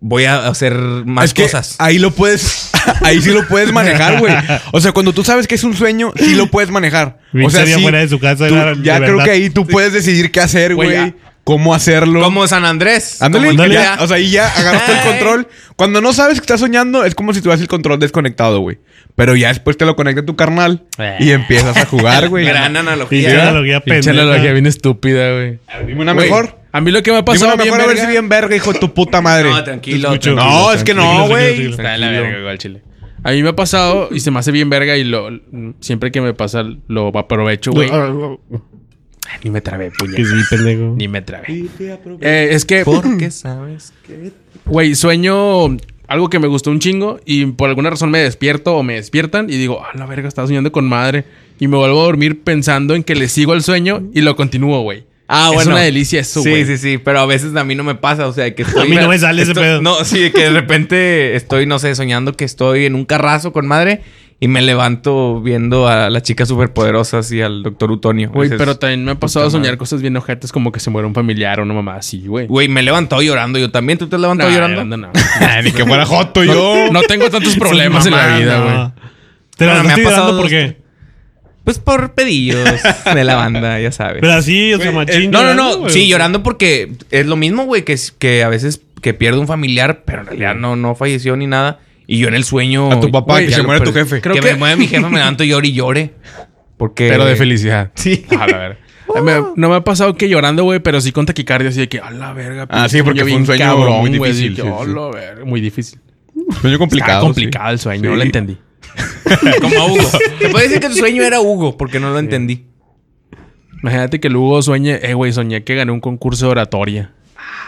[SPEAKER 5] voy a hacer más
[SPEAKER 2] Es que
[SPEAKER 5] cosas.
[SPEAKER 2] ahí lo puedes, ahí sí lo puedes manejar, güey. O sea, cuando tú sabes que es un sueño, sí lo puedes manejar. O
[SPEAKER 4] Vince
[SPEAKER 2] sea,
[SPEAKER 4] sería
[SPEAKER 2] sí,
[SPEAKER 4] fuera de su casa,
[SPEAKER 2] tú-
[SPEAKER 4] era- de
[SPEAKER 2] ya creo
[SPEAKER 4] verdad.
[SPEAKER 2] que ahí tú puedes decidir qué hacer,
[SPEAKER 1] Güey,
[SPEAKER 2] güey.
[SPEAKER 1] ya.
[SPEAKER 2] Cómo hacerlo.
[SPEAKER 5] Como San Andrés.
[SPEAKER 2] Ándale,
[SPEAKER 5] Como el que
[SPEAKER 2] ya,
[SPEAKER 5] ya-
[SPEAKER 2] o sea, ahí ya agarraste el
[SPEAKER 5] Ay.
[SPEAKER 2] control. Cuando no sabes que estás soñando, es como si tuvieras el control desconectado, güey. Pero ya después te lo conecta tu carnal y empiezas a jugar, güey.
[SPEAKER 5] Eh. gran
[SPEAKER 4] Y
[SPEAKER 5] analogía.
[SPEAKER 4] una analogía
[SPEAKER 1] Pinche analogía
[SPEAKER 4] pendeja.
[SPEAKER 1] bien estúpida, güey.
[SPEAKER 2] Dime una
[SPEAKER 1] Güey,
[SPEAKER 2] mejor.
[SPEAKER 1] A mí lo que me ha
[SPEAKER 2] Dime
[SPEAKER 1] pasado
[SPEAKER 2] una mejor a ver si
[SPEAKER 1] verga-
[SPEAKER 2] bien verga, hijo de tu puta madre.
[SPEAKER 5] No, tranquilo.
[SPEAKER 4] Escucho.
[SPEAKER 5] tranquilo.
[SPEAKER 2] No, es que no,
[SPEAKER 4] tranquilo,
[SPEAKER 2] güey.
[SPEAKER 4] tranquilo,
[SPEAKER 5] Está de la verga, güey, al chile.
[SPEAKER 1] A mí me ha pasado y se me hace bien verga y lo siempre que me pasa lo aprovecho, güey. Ay, Ni me trabé,
[SPEAKER 4] Que
[SPEAKER 1] puñet.
[SPEAKER 4] sí, pendejo.
[SPEAKER 1] Ni me trabé. Eh, es que,
[SPEAKER 5] Porque sabes que
[SPEAKER 1] güey, sueño algo que me gustó un chingo y por alguna razón me despierto o me despiertan y digo, ah, la verga, estaba soñando con madre. Y me vuelvo a dormir pensando en que le sigo el sueño y lo continúo, güey.
[SPEAKER 5] Ah,
[SPEAKER 1] es
[SPEAKER 5] bueno.
[SPEAKER 1] una delicia eso,
[SPEAKER 5] sí,
[SPEAKER 1] güey.
[SPEAKER 5] sí, sí, pero a veces a mí no me pasa, o sea, que estoy...
[SPEAKER 4] A mí no me sale ese
[SPEAKER 5] estoy-
[SPEAKER 4] pedo.
[SPEAKER 5] No, sí, de que de repente estoy, no sé, soñando que estoy en un carrazo con madre y me levanto viendo a las chicas superpoderosas y al doctor Utonio.
[SPEAKER 1] Güey,
[SPEAKER 5] Dices,
[SPEAKER 1] pero también me ha pasado a
[SPEAKER 5] puta
[SPEAKER 1] soñar
[SPEAKER 5] madre.
[SPEAKER 1] cosas bien ojetes como que se muere un familiar o una mamá así, güey.
[SPEAKER 5] Güey, me he levantado llorando yo también. ¿Tú te has levantado
[SPEAKER 1] Nah,
[SPEAKER 5] llorando?
[SPEAKER 1] no.
[SPEAKER 2] Ah, Ni que fuera Joto yo.
[SPEAKER 1] No tengo tantos problemas en la
[SPEAKER 4] Mamá,
[SPEAKER 1] vida,
[SPEAKER 4] no.
[SPEAKER 1] güey.
[SPEAKER 4] Te
[SPEAKER 5] Bueno,
[SPEAKER 4] la
[SPEAKER 5] me ha
[SPEAKER 4] estoy
[SPEAKER 5] pasado
[SPEAKER 4] llorando
[SPEAKER 5] dos,
[SPEAKER 4] por qué.
[SPEAKER 5] Pues por pedillos de la banda, ya sabes.
[SPEAKER 4] Pero así, o sea,
[SPEAKER 2] eh,
[SPEAKER 4] machín.
[SPEAKER 5] No, no,
[SPEAKER 4] llorando,
[SPEAKER 5] no.
[SPEAKER 4] güey.
[SPEAKER 5] Sí, llorando porque es lo mismo, güey, que, es- que a veces que pierde un familiar, pero en realidad no, no falleció ni nada. Y yo en el sueño...
[SPEAKER 2] A tu papá,
[SPEAKER 5] Güey,
[SPEAKER 2] que
[SPEAKER 5] ya
[SPEAKER 2] se
[SPEAKER 5] lo
[SPEAKER 2] muere tu
[SPEAKER 5] perdí.
[SPEAKER 2] jefe.
[SPEAKER 5] Creo que,
[SPEAKER 1] que-
[SPEAKER 5] me mueve mi jefe, me levanto y llore y llore. Porque...
[SPEAKER 1] Pero de felicidad.
[SPEAKER 5] Sí.
[SPEAKER 1] A la verga. Eh, Me- no me ha pasado que llorando, güey, pero sí con taquicardia, así de que, a la verga.
[SPEAKER 2] Ah,
[SPEAKER 1] pinche
[SPEAKER 2] sí, porque
[SPEAKER 1] sueño
[SPEAKER 2] fue un
[SPEAKER 1] bien
[SPEAKER 2] sueño muy
[SPEAKER 1] güey,
[SPEAKER 2] difícil,
[SPEAKER 1] así
[SPEAKER 2] sí,
[SPEAKER 1] que, a
[SPEAKER 2] sí.
[SPEAKER 1] la verga, muy difícil.
[SPEAKER 2] Sueño complicado.
[SPEAKER 1] Estaba
[SPEAKER 2] sí.
[SPEAKER 1] complicado el sueño, no
[SPEAKER 2] Sí.
[SPEAKER 1] lo entendí.
[SPEAKER 5] Como a Hugo. Te puedo decir que tu sueño era Hugo, porque no lo entendí.
[SPEAKER 1] Imagínate que luego sueñe, eh, güey, soñé que gané un concurso de oratoria.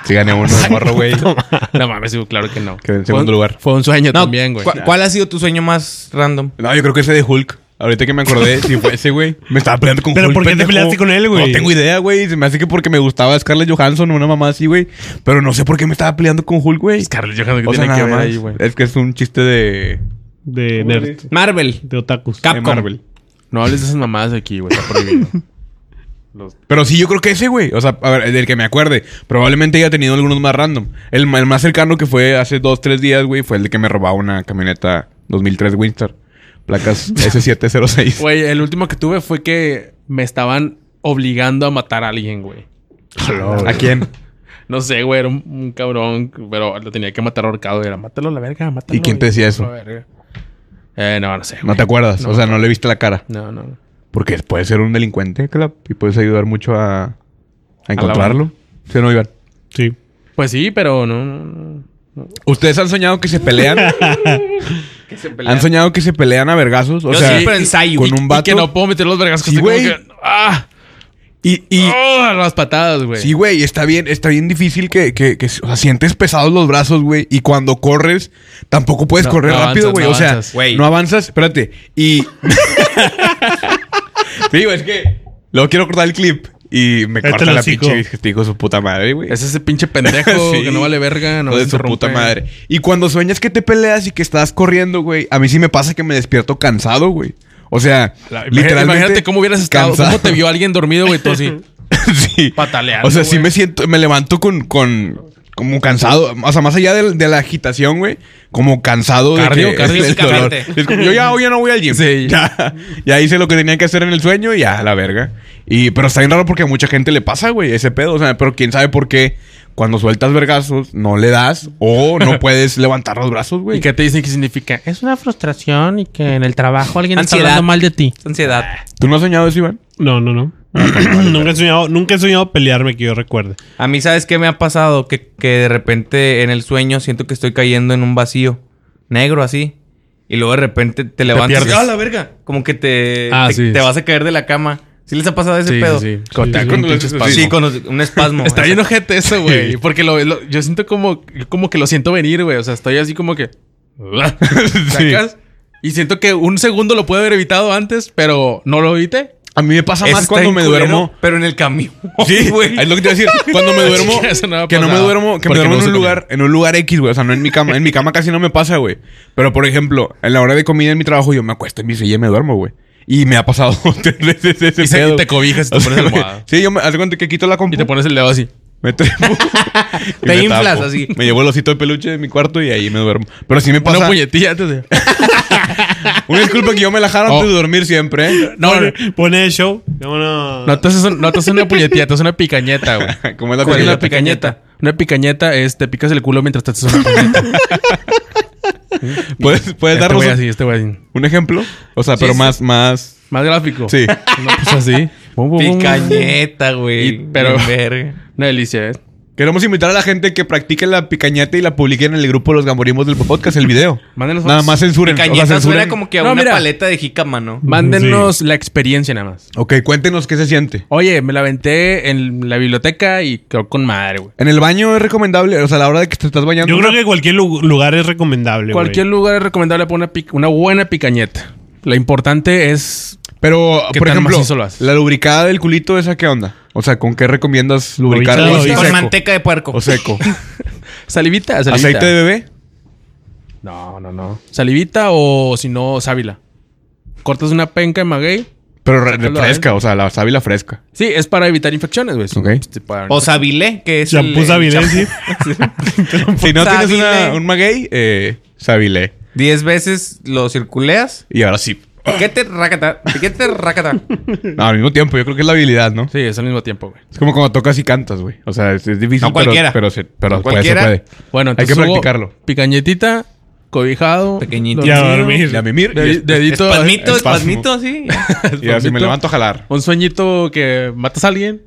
[SPEAKER 2] Sí, gané uno de morro, güey.
[SPEAKER 1] No mames, digo, claro que no.
[SPEAKER 2] Quedé en
[SPEAKER 1] Fue un-
[SPEAKER 2] segundo lugar.
[SPEAKER 1] Fue un sueño también, güey.
[SPEAKER 5] ¿cu- ¿Cuál ha sido tu sueño más random?
[SPEAKER 2] No, yo creo que ese de Hulk. Ahorita que me acordé, si fue ese, güey. Me estaba peleando con
[SPEAKER 4] ¿Pero
[SPEAKER 2] Hulk.
[SPEAKER 4] por qué te
[SPEAKER 2] pendejo.
[SPEAKER 4] peleaste con él, güey?
[SPEAKER 2] No tengo idea, güey. Se me hace que porque me gustaba Scarlett Johansson, una mamá así, güey. Pero no sé por qué me estaba peleando con Hulk, güey.
[SPEAKER 1] Scarlett Johansson, ¿qué
[SPEAKER 2] O sea,
[SPEAKER 1] tiene que
[SPEAKER 2] nada
[SPEAKER 1] ver
[SPEAKER 2] más.
[SPEAKER 1] ahí, güey?
[SPEAKER 2] Es que es un chiste de.
[SPEAKER 4] De nerd.
[SPEAKER 5] Marvel.
[SPEAKER 4] De otakus.
[SPEAKER 5] Capcom.
[SPEAKER 2] de Marvel.
[SPEAKER 1] No hables de esas mamadas aquí, güey. Está prohibido.
[SPEAKER 2] Pero sí, yo creo que ese, güey. O sea, a ver, del que me acuerde. Probablemente haya tenido algunos más random. El, ma- el más cercano que fue hace dos, tres días, güey, fue el de que me robaba una camioneta 2003 Windstar. Placas S706.
[SPEAKER 1] Güey, el último que tuve fue que me estaban obligando a matar a alguien, güey.
[SPEAKER 2] ¿A quién?
[SPEAKER 1] No sé, güey, era un, un cabrón, pero lo tenía que matar ahorcado. y Era, mátalo a la verga, mátalo.
[SPEAKER 2] ¿Y quién te decía eso?
[SPEAKER 1] mátalo a la verga". Eh, no, no sé.
[SPEAKER 2] No
[SPEAKER 1] güey.
[SPEAKER 2] te acuerdas.
[SPEAKER 1] No.
[SPEAKER 2] o sea, no le viste la cara.
[SPEAKER 1] No, no.
[SPEAKER 2] Porque puedes ser un delincuente, claro. Y puedes ayudar mucho a, a encontrarlo.
[SPEAKER 1] banda.
[SPEAKER 2] ¿Sí o no, Iván?
[SPEAKER 4] Sí.
[SPEAKER 1] Pues sí, pero no, no, no.
[SPEAKER 2] ¿Ustedes han soñado que se pelean? ¿Han soñado que se pelean a vergazos? O
[SPEAKER 5] Yo
[SPEAKER 2] sea,
[SPEAKER 5] sí, pero ensayo.
[SPEAKER 2] con
[SPEAKER 5] Y-
[SPEAKER 2] un
[SPEAKER 1] Y
[SPEAKER 2] vato.
[SPEAKER 1] que no puedo meter los vergas
[SPEAKER 2] Sí, güey.
[SPEAKER 1] ¡Ah!
[SPEAKER 2] y, y-
[SPEAKER 1] ¡Oh! Las patadas, güey.
[SPEAKER 2] Sí, güey, está bien, está bien difícil que, que- que- o sea, sientes pesados los brazos, güey. Y cuando corres, tampoco puedes
[SPEAKER 1] No,
[SPEAKER 2] correr
[SPEAKER 1] no
[SPEAKER 2] rápido,
[SPEAKER 1] avanzas,
[SPEAKER 2] güey.
[SPEAKER 1] no
[SPEAKER 2] o sea,
[SPEAKER 1] avanzas.
[SPEAKER 5] Güey.
[SPEAKER 2] no avanzas, espérate. Y. sí, güey, es que. Luego quiero cortar el clip y me
[SPEAKER 4] Este
[SPEAKER 2] corta
[SPEAKER 4] lo
[SPEAKER 2] la
[SPEAKER 4] hocico.
[SPEAKER 2] pinche dije, digo su puta madre, güey.
[SPEAKER 1] Es ese pinche pendejo
[SPEAKER 2] Sí.
[SPEAKER 1] que no vale verga. No
[SPEAKER 2] Hijo de su puta madre. Y cuando sueñas que te peleas y que estás corriendo, güey, a mí sí me pasa que me despierto cansado, güey. O sea,
[SPEAKER 1] Literalmente.
[SPEAKER 2] literalmente
[SPEAKER 1] Imagínate cómo hubieras estado.
[SPEAKER 2] cansado.
[SPEAKER 1] ¿Cómo te vio alguien dormido, güey? Tú así.
[SPEAKER 2] sí.
[SPEAKER 1] pataleando,
[SPEAKER 2] O sea, sí
[SPEAKER 1] güey.
[SPEAKER 2] me siento, me levanto con, con, como cansado, o sea, más allá de, de la agitación, güey, como cansado
[SPEAKER 1] Cardio,
[SPEAKER 2] de que
[SPEAKER 1] cardio,
[SPEAKER 2] el dolor.
[SPEAKER 5] básicamente.
[SPEAKER 2] Es como, yo ya hoy ya no voy al gym.
[SPEAKER 1] Sí.
[SPEAKER 2] Ya, ya hice lo que tenía que hacer en el sueño y ya, la verga. Y, pero está bien raro porque a mucha gente le pasa, güey, ese pedo. O sea, pero quién sabe por qué cuando sueltas vergazos no le das o no puedes levantar los brazos, güey.
[SPEAKER 1] ¿Y qué te dicen que significa? Es una frustración y que en el trabajo alguien
[SPEAKER 5] Ansiedad.
[SPEAKER 1] está hablando mal de ti.
[SPEAKER 5] Es ansiedad.
[SPEAKER 2] ¿Tú no has soñado eso, Iván?
[SPEAKER 4] No, no, no. nunca, he soñado, nunca he soñado pelearme que yo recuerde.
[SPEAKER 5] A mí, ¿sabes qué me ha pasado? Que, que de repente en el sueño siento que estoy cayendo en un vacío negro así. Y luego de repente te levantas. y,
[SPEAKER 1] pierdes.
[SPEAKER 5] ¡Ah, la verga! Como que te,
[SPEAKER 1] Ah,
[SPEAKER 5] te,
[SPEAKER 1] sí.
[SPEAKER 5] te vas a caer de la cama. ¿Sí les ha pasado ese
[SPEAKER 1] Sí,
[SPEAKER 5] pedo? Pues
[SPEAKER 1] sí, sí. Te
[SPEAKER 2] Sí,
[SPEAKER 1] da
[SPEAKER 2] sí,
[SPEAKER 1] con
[SPEAKER 2] sí.
[SPEAKER 1] un pinche espasmo.
[SPEAKER 5] Sí, con un espasmo.
[SPEAKER 1] Está bien ojete eso, güey. Porque lo, lo- yo siento como, como que lo siento venir, güey. O sea, estoy así como que... ¿Sacas? Y siento que un segundo lo puede haber evitado antes, pero no lo evité.
[SPEAKER 2] A mí me pasa
[SPEAKER 5] Eso
[SPEAKER 2] más
[SPEAKER 5] está
[SPEAKER 2] cuando
[SPEAKER 5] bien
[SPEAKER 2] me
[SPEAKER 5] culero,
[SPEAKER 2] duermo.
[SPEAKER 5] Pero en el camión.
[SPEAKER 2] Sí,
[SPEAKER 5] güey.
[SPEAKER 2] es lo que te iba a decir. Cuando me duermo,
[SPEAKER 1] Eso no me ha
[SPEAKER 2] que no me
[SPEAKER 1] pasado.
[SPEAKER 2] duermo, que me
[SPEAKER 1] Porque
[SPEAKER 2] duermo
[SPEAKER 1] no
[SPEAKER 2] en un
[SPEAKER 1] uso
[SPEAKER 2] lugar, en un lugar X, güey. O sea, no en mi cama. En mi cama casi no me pasa, güey. Pero por ejemplo, en la hora de comida en mi trabajo, yo me acuesto en mi silla y me duermo, güey. Y me ha pasado tres veces ese
[SPEAKER 1] Y se-
[SPEAKER 2] pedo.
[SPEAKER 1] y te cobijas y te
[SPEAKER 2] O sea,
[SPEAKER 1] pones
[SPEAKER 2] güey,
[SPEAKER 1] almohada.
[SPEAKER 2] Sí, yo me haz de cuenta que quito la compu.
[SPEAKER 1] Y te pones el dedo así.
[SPEAKER 2] Me trepo. y
[SPEAKER 5] Te
[SPEAKER 2] me
[SPEAKER 5] inflas así.
[SPEAKER 2] Me llevo el osito de peluche de mi cuarto y ahí me duermo. Pero sí me
[SPEAKER 1] Una
[SPEAKER 5] Ah.
[SPEAKER 2] pasa.
[SPEAKER 1] puñetilla antes de...
[SPEAKER 2] Una disculpa que yo me la jaro
[SPEAKER 1] Oh.
[SPEAKER 2] antes de dormir siempre. ¿eh?
[SPEAKER 1] No, no, no.
[SPEAKER 4] Pone el show. Vámonos.
[SPEAKER 1] No te haces, un- no te haces una puñetilla, te haces una picañeta, güey.
[SPEAKER 2] Como es la
[SPEAKER 1] ¿Cuál es
[SPEAKER 2] película.
[SPEAKER 1] la picañeta? Una picañeta es te picas el culo mientras te haces una picañeta.
[SPEAKER 2] ¿Puedes, puedes
[SPEAKER 1] este
[SPEAKER 2] darnos
[SPEAKER 1] güey
[SPEAKER 2] un,
[SPEAKER 1] así, este güey así.
[SPEAKER 2] un ejemplo? O sea, pero más, más.
[SPEAKER 1] Más gráfico.
[SPEAKER 2] Sí.
[SPEAKER 1] No, pues así. Bum, bum, bum.
[SPEAKER 5] Picañeta, güey.
[SPEAKER 1] Y- pero-
[SPEAKER 5] Bien verga.
[SPEAKER 1] Una delicia, ¿eh?
[SPEAKER 2] Queremos invitar a la gente que practique la picañata y la publique en el grupo Los Gamborimos del Podcast, el video.
[SPEAKER 1] Mándenos
[SPEAKER 2] Nada
[SPEAKER 1] fotos.
[SPEAKER 2] más censuren. o sea,
[SPEAKER 5] Picañeta suena
[SPEAKER 2] censuren.
[SPEAKER 5] como que a
[SPEAKER 1] No,
[SPEAKER 5] una
[SPEAKER 1] mira.
[SPEAKER 5] paleta de jícama, ¿no?
[SPEAKER 1] Mándenos la experiencia nada más.
[SPEAKER 2] Ok, cuéntenos qué se siente.
[SPEAKER 1] Oye, me la aventé en la biblioteca y quedó con madre, güey.
[SPEAKER 2] ¿En el baño es recomendable? O sea, a la hora de que te estás bañando.
[SPEAKER 4] Yo creo que cualquier lu- lugar es recomendable.
[SPEAKER 1] Cualquier
[SPEAKER 4] güey.
[SPEAKER 1] lugar es recomendable para una, pic- una buena picañeta. Lo importante es
[SPEAKER 2] Pero,
[SPEAKER 1] ¿Qué
[SPEAKER 2] por
[SPEAKER 1] tan
[SPEAKER 2] ejemplo,
[SPEAKER 1] macizo lo haces?
[SPEAKER 2] la lubricada del culito, ¿esa qué onda? O sea, ¿con qué recomiendas lubricar?
[SPEAKER 4] Lo
[SPEAKER 2] algo así?
[SPEAKER 4] hice, lo
[SPEAKER 5] Con
[SPEAKER 4] hice.
[SPEAKER 2] seco.
[SPEAKER 5] manteca de puerco.
[SPEAKER 2] O seco.
[SPEAKER 1] salivita, salivita.
[SPEAKER 2] ¿Aceite de bebé?
[SPEAKER 1] No, no, no. Salivita o si no, sábila. Cortas una penca de maguey.
[SPEAKER 2] Pero re-
[SPEAKER 1] Sácalo
[SPEAKER 2] fresca, o sea, la sábila fresca.
[SPEAKER 1] Sí, es para evitar infecciones, güey.
[SPEAKER 2] Ok.
[SPEAKER 1] Sí, para-
[SPEAKER 5] O sabilé, que es
[SPEAKER 4] Shampoo
[SPEAKER 5] el-
[SPEAKER 4] Sabilé,
[SPEAKER 5] el
[SPEAKER 4] sí.
[SPEAKER 2] Si no tienes una-
[SPEAKER 5] Sábile.
[SPEAKER 2] un maguey, eh, sábile.
[SPEAKER 5] Diez veces lo circuleas.
[SPEAKER 2] Y ahora sí.
[SPEAKER 5] Piquete, racata. Piquete, racata.
[SPEAKER 2] No, al mismo tiempo, yo creo que es la habilidad, ¿no?
[SPEAKER 1] Sí, es al mismo tiempo, güey.
[SPEAKER 2] Es como cuando tocas y cantas, güey. O sea, es, es difícil.
[SPEAKER 5] No cualquiera.
[SPEAKER 2] Pero, pero, se, pero
[SPEAKER 5] No
[SPEAKER 2] puede,
[SPEAKER 5] cualquiera.
[SPEAKER 2] se puede.
[SPEAKER 1] Bueno,
[SPEAKER 2] Hay que
[SPEAKER 1] entonces hubo
[SPEAKER 2] practicarlo.
[SPEAKER 1] Picañetita, cobijado.
[SPEAKER 5] Pequeñito.
[SPEAKER 4] Y a
[SPEAKER 1] dormido,
[SPEAKER 4] dormir.
[SPEAKER 2] Y a mimir.
[SPEAKER 1] de-
[SPEAKER 2] y-
[SPEAKER 1] dedito.
[SPEAKER 5] Espasmito,
[SPEAKER 2] Espasmo.
[SPEAKER 5] espasmito, sí.
[SPEAKER 2] y así me levanto a jalar.
[SPEAKER 1] Un sueñito que matas a alguien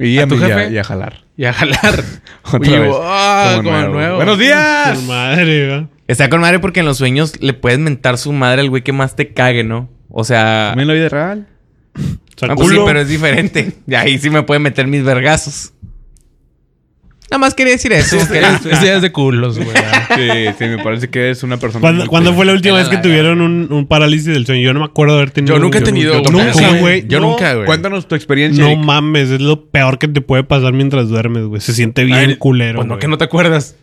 [SPEAKER 2] Y
[SPEAKER 1] ¿A
[SPEAKER 2] a,
[SPEAKER 1] tu
[SPEAKER 2] mí- y a-
[SPEAKER 1] jefe?
[SPEAKER 2] y a jalar.
[SPEAKER 1] y a jalar.
[SPEAKER 2] Otra
[SPEAKER 1] Y,
[SPEAKER 2] vez.
[SPEAKER 1] ah,
[SPEAKER 2] Como
[SPEAKER 1] como nuevo.
[SPEAKER 2] ¡Buenos días!
[SPEAKER 4] Su madre, güey.
[SPEAKER 5] Está con madre porque en los sueños le puedes mentar su madre al güey que más te cague, ¿no? O sea.
[SPEAKER 2] También la vida real.
[SPEAKER 5] Ah,
[SPEAKER 4] Saculo.
[SPEAKER 5] pues sí, pero es diferente. Y ahí sí me pueden meter mis vergazos. Nada más quería decir eso. que era-
[SPEAKER 1] Este ya es de culos, güey.
[SPEAKER 2] Sí, sí, me parece que es una persona.
[SPEAKER 4] ¿Cuándo,
[SPEAKER 2] muy
[SPEAKER 4] cuándo
[SPEAKER 2] cool.
[SPEAKER 4] fue la última
[SPEAKER 5] Era
[SPEAKER 4] vez que
[SPEAKER 5] la
[SPEAKER 4] tuvieron un, un parálisis del sueño? Yo no me acuerdo de haber tenido.
[SPEAKER 1] Yo nunca he
[SPEAKER 4] uno.
[SPEAKER 1] tenido,
[SPEAKER 4] Yo
[SPEAKER 1] güey.
[SPEAKER 4] Nunca,
[SPEAKER 1] Sí,
[SPEAKER 4] güey.
[SPEAKER 1] Yo
[SPEAKER 4] No,
[SPEAKER 1] nunca, güey.
[SPEAKER 2] Cuéntanos tu experiencia.
[SPEAKER 4] No
[SPEAKER 2] Eric.
[SPEAKER 4] mames, es lo peor que te puede pasar mientras duermes, güey. Se siente bien
[SPEAKER 1] Ay,
[SPEAKER 4] culero.
[SPEAKER 1] Pues no,
[SPEAKER 4] güey.
[SPEAKER 1] que no te acuerdas.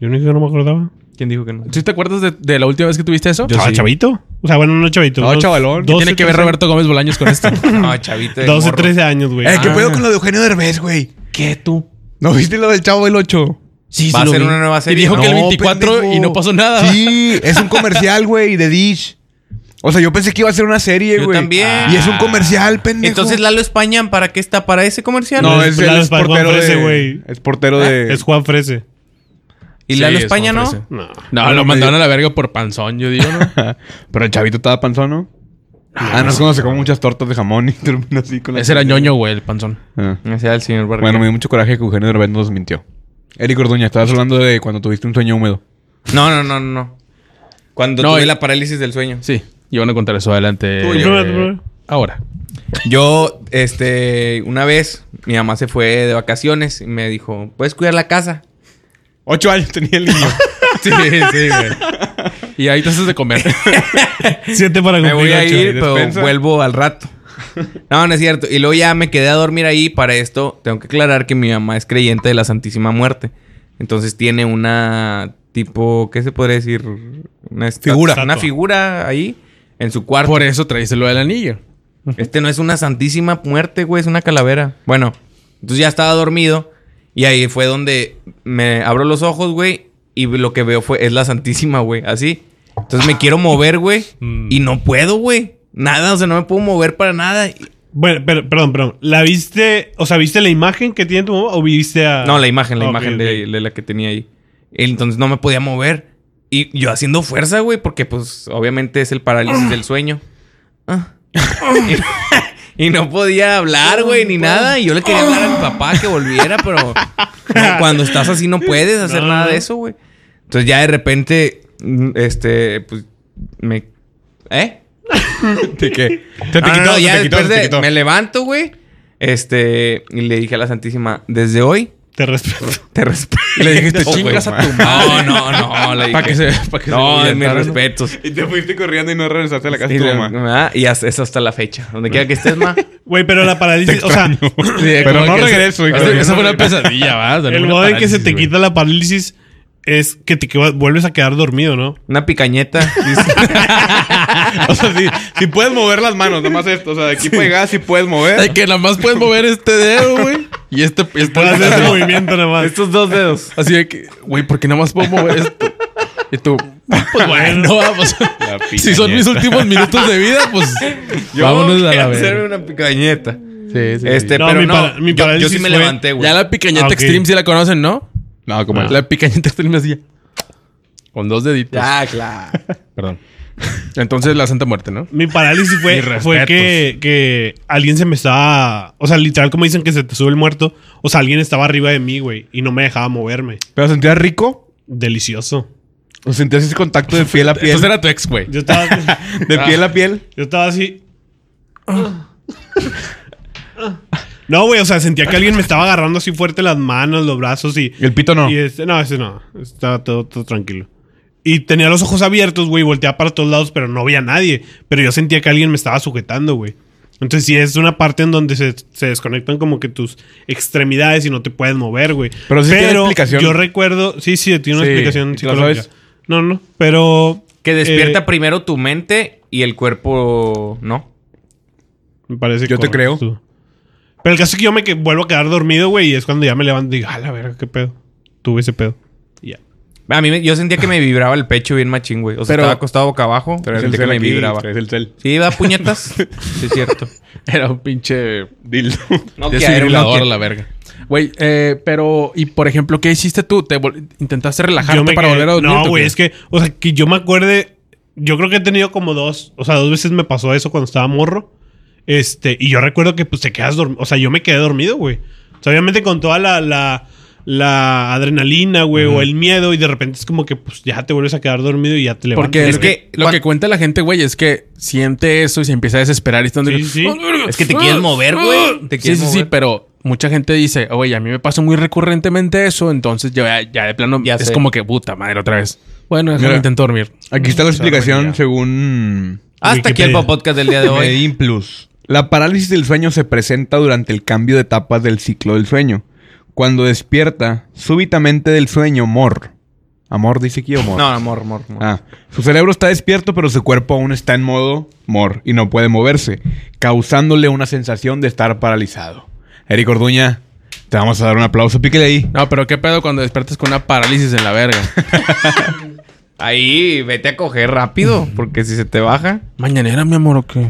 [SPEAKER 4] Yo no, yo no me acordaba.
[SPEAKER 5] ¿Quién dijo que no?
[SPEAKER 1] ¿Sí te acuerdas de, de la última vez que tuviste eso?
[SPEAKER 4] Estaba chavito. O sea, bueno, no chavito.
[SPEAKER 2] No,
[SPEAKER 4] unos
[SPEAKER 2] chavalón. ¿Qué
[SPEAKER 4] 12,
[SPEAKER 1] Tiene que ver
[SPEAKER 4] 13,
[SPEAKER 1] Roberto Este Gómez Bolaños con esto.
[SPEAKER 5] No, Ah, chavito. de
[SPEAKER 4] 12,
[SPEAKER 5] morro.
[SPEAKER 4] 13 años, güey.
[SPEAKER 2] Eh, ¿Qué
[SPEAKER 4] Ah,
[SPEAKER 2] pedo con lo de Eugenio Derbez, güey?
[SPEAKER 1] ¿Qué tú?
[SPEAKER 2] ¿No viste lo del Chavo del 8?
[SPEAKER 1] Sí,
[SPEAKER 5] Va a
[SPEAKER 1] lo
[SPEAKER 5] ser
[SPEAKER 1] vi.
[SPEAKER 5] una nueva serie.
[SPEAKER 1] Y dijo que el
[SPEAKER 5] No,
[SPEAKER 1] 24
[SPEAKER 2] pendejo.
[SPEAKER 1] y no pasó nada.
[SPEAKER 2] Sí, es un comercial, güey, de Dish. O sea, yo pensé que iba a ser una serie,
[SPEAKER 5] Yo
[SPEAKER 2] güey.
[SPEAKER 5] también.
[SPEAKER 2] Y es un comercial, pendejo.
[SPEAKER 5] Entonces, Lalo España, ¿para qué está? ¿Para ese comercial?
[SPEAKER 2] No, eh,
[SPEAKER 4] La-
[SPEAKER 2] es,
[SPEAKER 4] la-
[SPEAKER 2] el
[SPEAKER 4] la-
[SPEAKER 2] es
[SPEAKER 4] Juan
[SPEAKER 2] portero
[SPEAKER 4] Frese,
[SPEAKER 2] de...
[SPEAKER 4] güey.
[SPEAKER 2] Ah, Es portero de...
[SPEAKER 4] Es Juan Frese.
[SPEAKER 5] ¿Y
[SPEAKER 1] Sí,
[SPEAKER 5] Lalo
[SPEAKER 1] es
[SPEAKER 5] España
[SPEAKER 1] como
[SPEAKER 5] no?
[SPEAKER 1] ofrece.
[SPEAKER 4] No.
[SPEAKER 1] No, lo mandaron a la verga por panzón, yo digo, ¿no?
[SPEAKER 2] Pero el chavito estaba panzón, ¿no? Ah, no es cuando se come muchas tortas de jamón y termina así con la...
[SPEAKER 1] Ese era ñoño, güey, el panzón.
[SPEAKER 2] Ah.
[SPEAKER 5] O sea, el señor Barriga.
[SPEAKER 2] Bueno, me dio mucho coraje que Eugenio Derbez nos mintió. Eric Orduña, estabas hablando de cuando tuviste un sueño húmedo.
[SPEAKER 5] No, no, no, no, no. Cuando
[SPEAKER 1] No,
[SPEAKER 5] tuve
[SPEAKER 2] eh,
[SPEAKER 1] y-
[SPEAKER 5] la parálisis del sueño.
[SPEAKER 1] Sí, y van a contar eso adelante.
[SPEAKER 4] Tú, yo.
[SPEAKER 1] eh, Ahora.
[SPEAKER 5] Yo, este, una vez, mi mamá se fue de vacaciones y me dijo, ¿puedes cuidar la casa?
[SPEAKER 2] Ocho años tenía el niño.
[SPEAKER 1] Sí, sí, güey. Y ahí te haces de comer.
[SPEAKER 4] 7 para
[SPEAKER 5] Me
[SPEAKER 4] cumplir.
[SPEAKER 5] voy a
[SPEAKER 4] ocho.
[SPEAKER 5] ir, pero
[SPEAKER 2] despensa.
[SPEAKER 5] vuelvo al rato. No, no es cierto. Y luego ya me quedé a dormir ahí. Para esto, tengo que aclarar que mi mamá es creyente de la Santísima Muerte. Entonces tiene una tipo, ¿qué se podría decir? Una esta-
[SPEAKER 2] Figura.
[SPEAKER 5] Una
[SPEAKER 4] Estatua.
[SPEAKER 5] figura ahí en su cuarto.
[SPEAKER 1] Por eso traíste lo del anillo.
[SPEAKER 5] Este no es una santísima muerte, güey, es una calavera. Bueno, entonces ya estaba dormido Y ahí fue donde me abro los ojos, güey. Y lo que veo fue, es la Santísima, güey. Así. Entonces me quiero mover, güey. Y no puedo, güey. Nada, o sea, no me puedo mover para nada. Y-
[SPEAKER 4] Bueno, pero, perdón, perdón. ¿La viste, o sea, viste la imagen que tiene tu mamá o viste
[SPEAKER 2] Ah,
[SPEAKER 4] a...
[SPEAKER 5] No, la imagen, la
[SPEAKER 4] Ok,
[SPEAKER 5] imagen de-
[SPEAKER 4] ok.
[SPEAKER 5] De, la que tenía ahí. Entonces no me podía mover. Y yo haciendo fuerza, güey, porque pues obviamente es el parálisis del sueño. Ah. y, y no podía hablar, güey, ni nada. Y yo le quería hablar a mi papá que volviera, pero no, cuando estás así no puedes hacer
[SPEAKER 4] No,
[SPEAKER 5] nada
[SPEAKER 4] no.
[SPEAKER 5] de eso, güey. Entonces ya de repente, mm, este, pues me... ¿Eh?
[SPEAKER 2] ¿De qué? Se te
[SPEAKER 5] No, no,
[SPEAKER 2] quitó,
[SPEAKER 5] no,
[SPEAKER 2] se
[SPEAKER 5] ya
[SPEAKER 2] te quitó, se
[SPEAKER 5] después
[SPEAKER 2] te
[SPEAKER 5] de-
[SPEAKER 2] quitó.
[SPEAKER 5] Me levanto, güey. Este, y le dije a la Santísima, desde hoy
[SPEAKER 4] Te respeto.
[SPEAKER 5] te respeto.
[SPEAKER 1] Y le dijiste,
[SPEAKER 2] Oh, güey,
[SPEAKER 1] chingas a tu
[SPEAKER 5] No, no, no. Le dije,
[SPEAKER 1] Para que se. Pa que
[SPEAKER 5] no,
[SPEAKER 1] se
[SPEAKER 5] de mis
[SPEAKER 1] orientaran.
[SPEAKER 5] respetos.
[SPEAKER 2] Y te fuiste corriendo y no regresaste a la casa
[SPEAKER 5] Y,
[SPEAKER 2] de tu
[SPEAKER 5] la-
[SPEAKER 2] mamá.
[SPEAKER 5] ah, y hasta- es hasta la fecha. Donde quiera que estés, ma.
[SPEAKER 4] Güey, pero la parálisis, o sea,
[SPEAKER 1] Sí,
[SPEAKER 2] Pero
[SPEAKER 1] como
[SPEAKER 2] no
[SPEAKER 1] que ese-
[SPEAKER 2] regreso, hijo.
[SPEAKER 1] ese-
[SPEAKER 2] No
[SPEAKER 1] Esa fue una
[SPEAKER 2] regreso.
[SPEAKER 1] pesadilla, ¿va?
[SPEAKER 4] el modo en que se te quita la parálisis es que te quedas- vuelves a quedar dormido, ¿no?
[SPEAKER 5] Una picañeta. dice.
[SPEAKER 2] O sea, si, si puedes mover las manos, nomás esto. O sea, de aquí para llegar, si puedes mover.
[SPEAKER 1] Es que nada más puedes mover este dedo, güey. Y este. y este-
[SPEAKER 4] Puedes hacer ese movimiento nada más.
[SPEAKER 5] Estos dos dedos.
[SPEAKER 1] Así de que, güey, ¿por qué nada más puedo mover esto? Y tú, pues bueno, vamos.
[SPEAKER 2] La
[SPEAKER 1] Si son mis últimos minutos de vida, pues
[SPEAKER 5] Yo
[SPEAKER 1] vámonos a la
[SPEAKER 5] quiero
[SPEAKER 1] vez.
[SPEAKER 5] hacerme una picañeta.
[SPEAKER 1] Sí, sí,
[SPEAKER 5] Este,
[SPEAKER 4] No,
[SPEAKER 5] pero
[SPEAKER 4] mi
[SPEAKER 5] no.
[SPEAKER 4] para- mi
[SPEAKER 5] yo- yo,
[SPEAKER 4] parálisis
[SPEAKER 5] sí me
[SPEAKER 4] fue-
[SPEAKER 5] levanté, güey.
[SPEAKER 1] Ya la picañeta
[SPEAKER 4] Ah, ok.
[SPEAKER 1] extreme sí la conocen, ¿no? Ah.
[SPEAKER 2] No, como
[SPEAKER 1] La picañeta extreme así. Con dos deditos.
[SPEAKER 5] Ya, claro.
[SPEAKER 1] Perdón. Entonces la Santa Muerte, ¿no?
[SPEAKER 4] Mi parálisis fue, fue que, que alguien se me estaba. O sea, literal, como dicen que se te sube el muerto. O sea, alguien estaba arriba de mí, güey. Y no me dejaba moverme.
[SPEAKER 2] ¿Pero sentías rico?
[SPEAKER 4] Delicioso.
[SPEAKER 2] ¿O sentías ese contacto de piel a piel?
[SPEAKER 1] Entonces era tu ex, güey.
[SPEAKER 4] Yo estaba,
[SPEAKER 2] ¿De
[SPEAKER 4] Ah.
[SPEAKER 2] piel a piel?
[SPEAKER 4] yo estaba así. No, güey, o sea, sentía que alguien me estaba agarrando así fuerte las manos, los brazos y.
[SPEAKER 2] ¿Y el pito no?
[SPEAKER 4] Y este, no, ese no. Estaba todo, todo tranquilo. Y tenía los ojos abiertos, güey. Volteaba para todos lados, pero no había nadie. Pero yo sentía que alguien me estaba sujetando, güey. Entonces, sí, es una parte en donde se, se desconectan como que tus extremidades y no te puedes mover, güey.
[SPEAKER 2] Pero sí tiene explicación.
[SPEAKER 4] Yo recuerdo. Sí, sí, tiene una
[SPEAKER 1] Sí,
[SPEAKER 4] explicación
[SPEAKER 2] ¿la
[SPEAKER 4] psicológica.
[SPEAKER 2] sabes?
[SPEAKER 4] No, no, pero.
[SPEAKER 5] Que
[SPEAKER 4] eh,
[SPEAKER 5] despierta primero tu mente y el cuerpo. No.
[SPEAKER 4] me parece
[SPEAKER 2] Yo te
[SPEAKER 4] correcto.
[SPEAKER 2] creo.
[SPEAKER 4] Pero el caso es que yo me que- vuelvo a quedar dormido, güey. Y es cuando ya me levanto y digo, a la verga, qué pedo. Tuve ese pedo. Y Ya.
[SPEAKER 5] A mí me- yo sentía que me vibraba el pecho bien machín, güey. O sea,
[SPEAKER 1] Pero-
[SPEAKER 5] estaba acostado boca abajo.
[SPEAKER 2] Traes el
[SPEAKER 5] sentía que
[SPEAKER 2] cel
[SPEAKER 5] me
[SPEAKER 2] aquí,
[SPEAKER 5] vibraba.
[SPEAKER 2] traes el cel.
[SPEAKER 5] Sí, va puñetas. sí, es cierto.
[SPEAKER 1] Era un pinche
[SPEAKER 2] Dildo.
[SPEAKER 5] No,
[SPEAKER 1] desfibrilador, la verga. Güey, eh, pero, y por ejemplo, ¿qué hiciste tú? ¿Te vol- ¿Intentaste relajarte
[SPEAKER 4] Yo me
[SPEAKER 1] para
[SPEAKER 4] quedé-
[SPEAKER 1] volver a dormir?
[SPEAKER 4] No, güey, es que, o sea, que yo me acuerde, yo creo que he tenido como dos, o sea, dos veces me pasó eso cuando estaba morro. Este, y yo recuerdo que pues te quedas dormido, o sea, yo me quedé dormido, güey. O sea, obviamente con toda la, la, la adrenalina, güey, o el miedo, y de repente es como que pues ya te vuelves a quedar dormido y ya te levantas.
[SPEAKER 1] Porque
[SPEAKER 5] Es
[SPEAKER 1] es que
[SPEAKER 5] que
[SPEAKER 1] lo
[SPEAKER 5] cuan-
[SPEAKER 1] que cuenta la gente, güey, es que siente eso y se empieza a desesperar y están de- "Ah,
[SPEAKER 4] Sí, sí.
[SPEAKER 5] Es que te quieres mover, güey. Te
[SPEAKER 1] Sí,
[SPEAKER 5] quieres
[SPEAKER 1] sí, sí,
[SPEAKER 5] mover.
[SPEAKER 1] pero mucha gente dice, oye, a mí me pasa muy recurrentemente eso, entonces yo ya, ya de plano
[SPEAKER 5] Ya
[SPEAKER 1] es
[SPEAKER 5] sé.
[SPEAKER 1] como que puta madre otra vez. Bueno, déjame
[SPEAKER 2] Mira.
[SPEAKER 1] intento dormir.
[SPEAKER 2] Aquí está la explicación
[SPEAKER 1] ya.
[SPEAKER 2] según
[SPEAKER 5] Hasta aquí el
[SPEAKER 4] Wikipedia.
[SPEAKER 5] podcast del día de hoy.
[SPEAKER 2] Medin Plus. La parálisis del sueño se presenta durante el cambio de etapas del ciclo del sueño. Cuando despierta súbitamente del sueño, Mor. Amor dice aquí o Mor.
[SPEAKER 5] No, amor, amor. amor.
[SPEAKER 2] Ah, su cerebro está despierto, pero su cuerpo aún está en modo mor y no puede moverse, causándole una sensación de estar paralizado. Eric Orduña, te vamos a dar un aplauso. Píquele ahí.
[SPEAKER 1] No, pero qué pedo cuando despiertas con una parálisis en la verga.
[SPEAKER 5] Ahí, vete a coger rápido, porque si se te baja.
[SPEAKER 1] Mañanera, mi amor, o qué.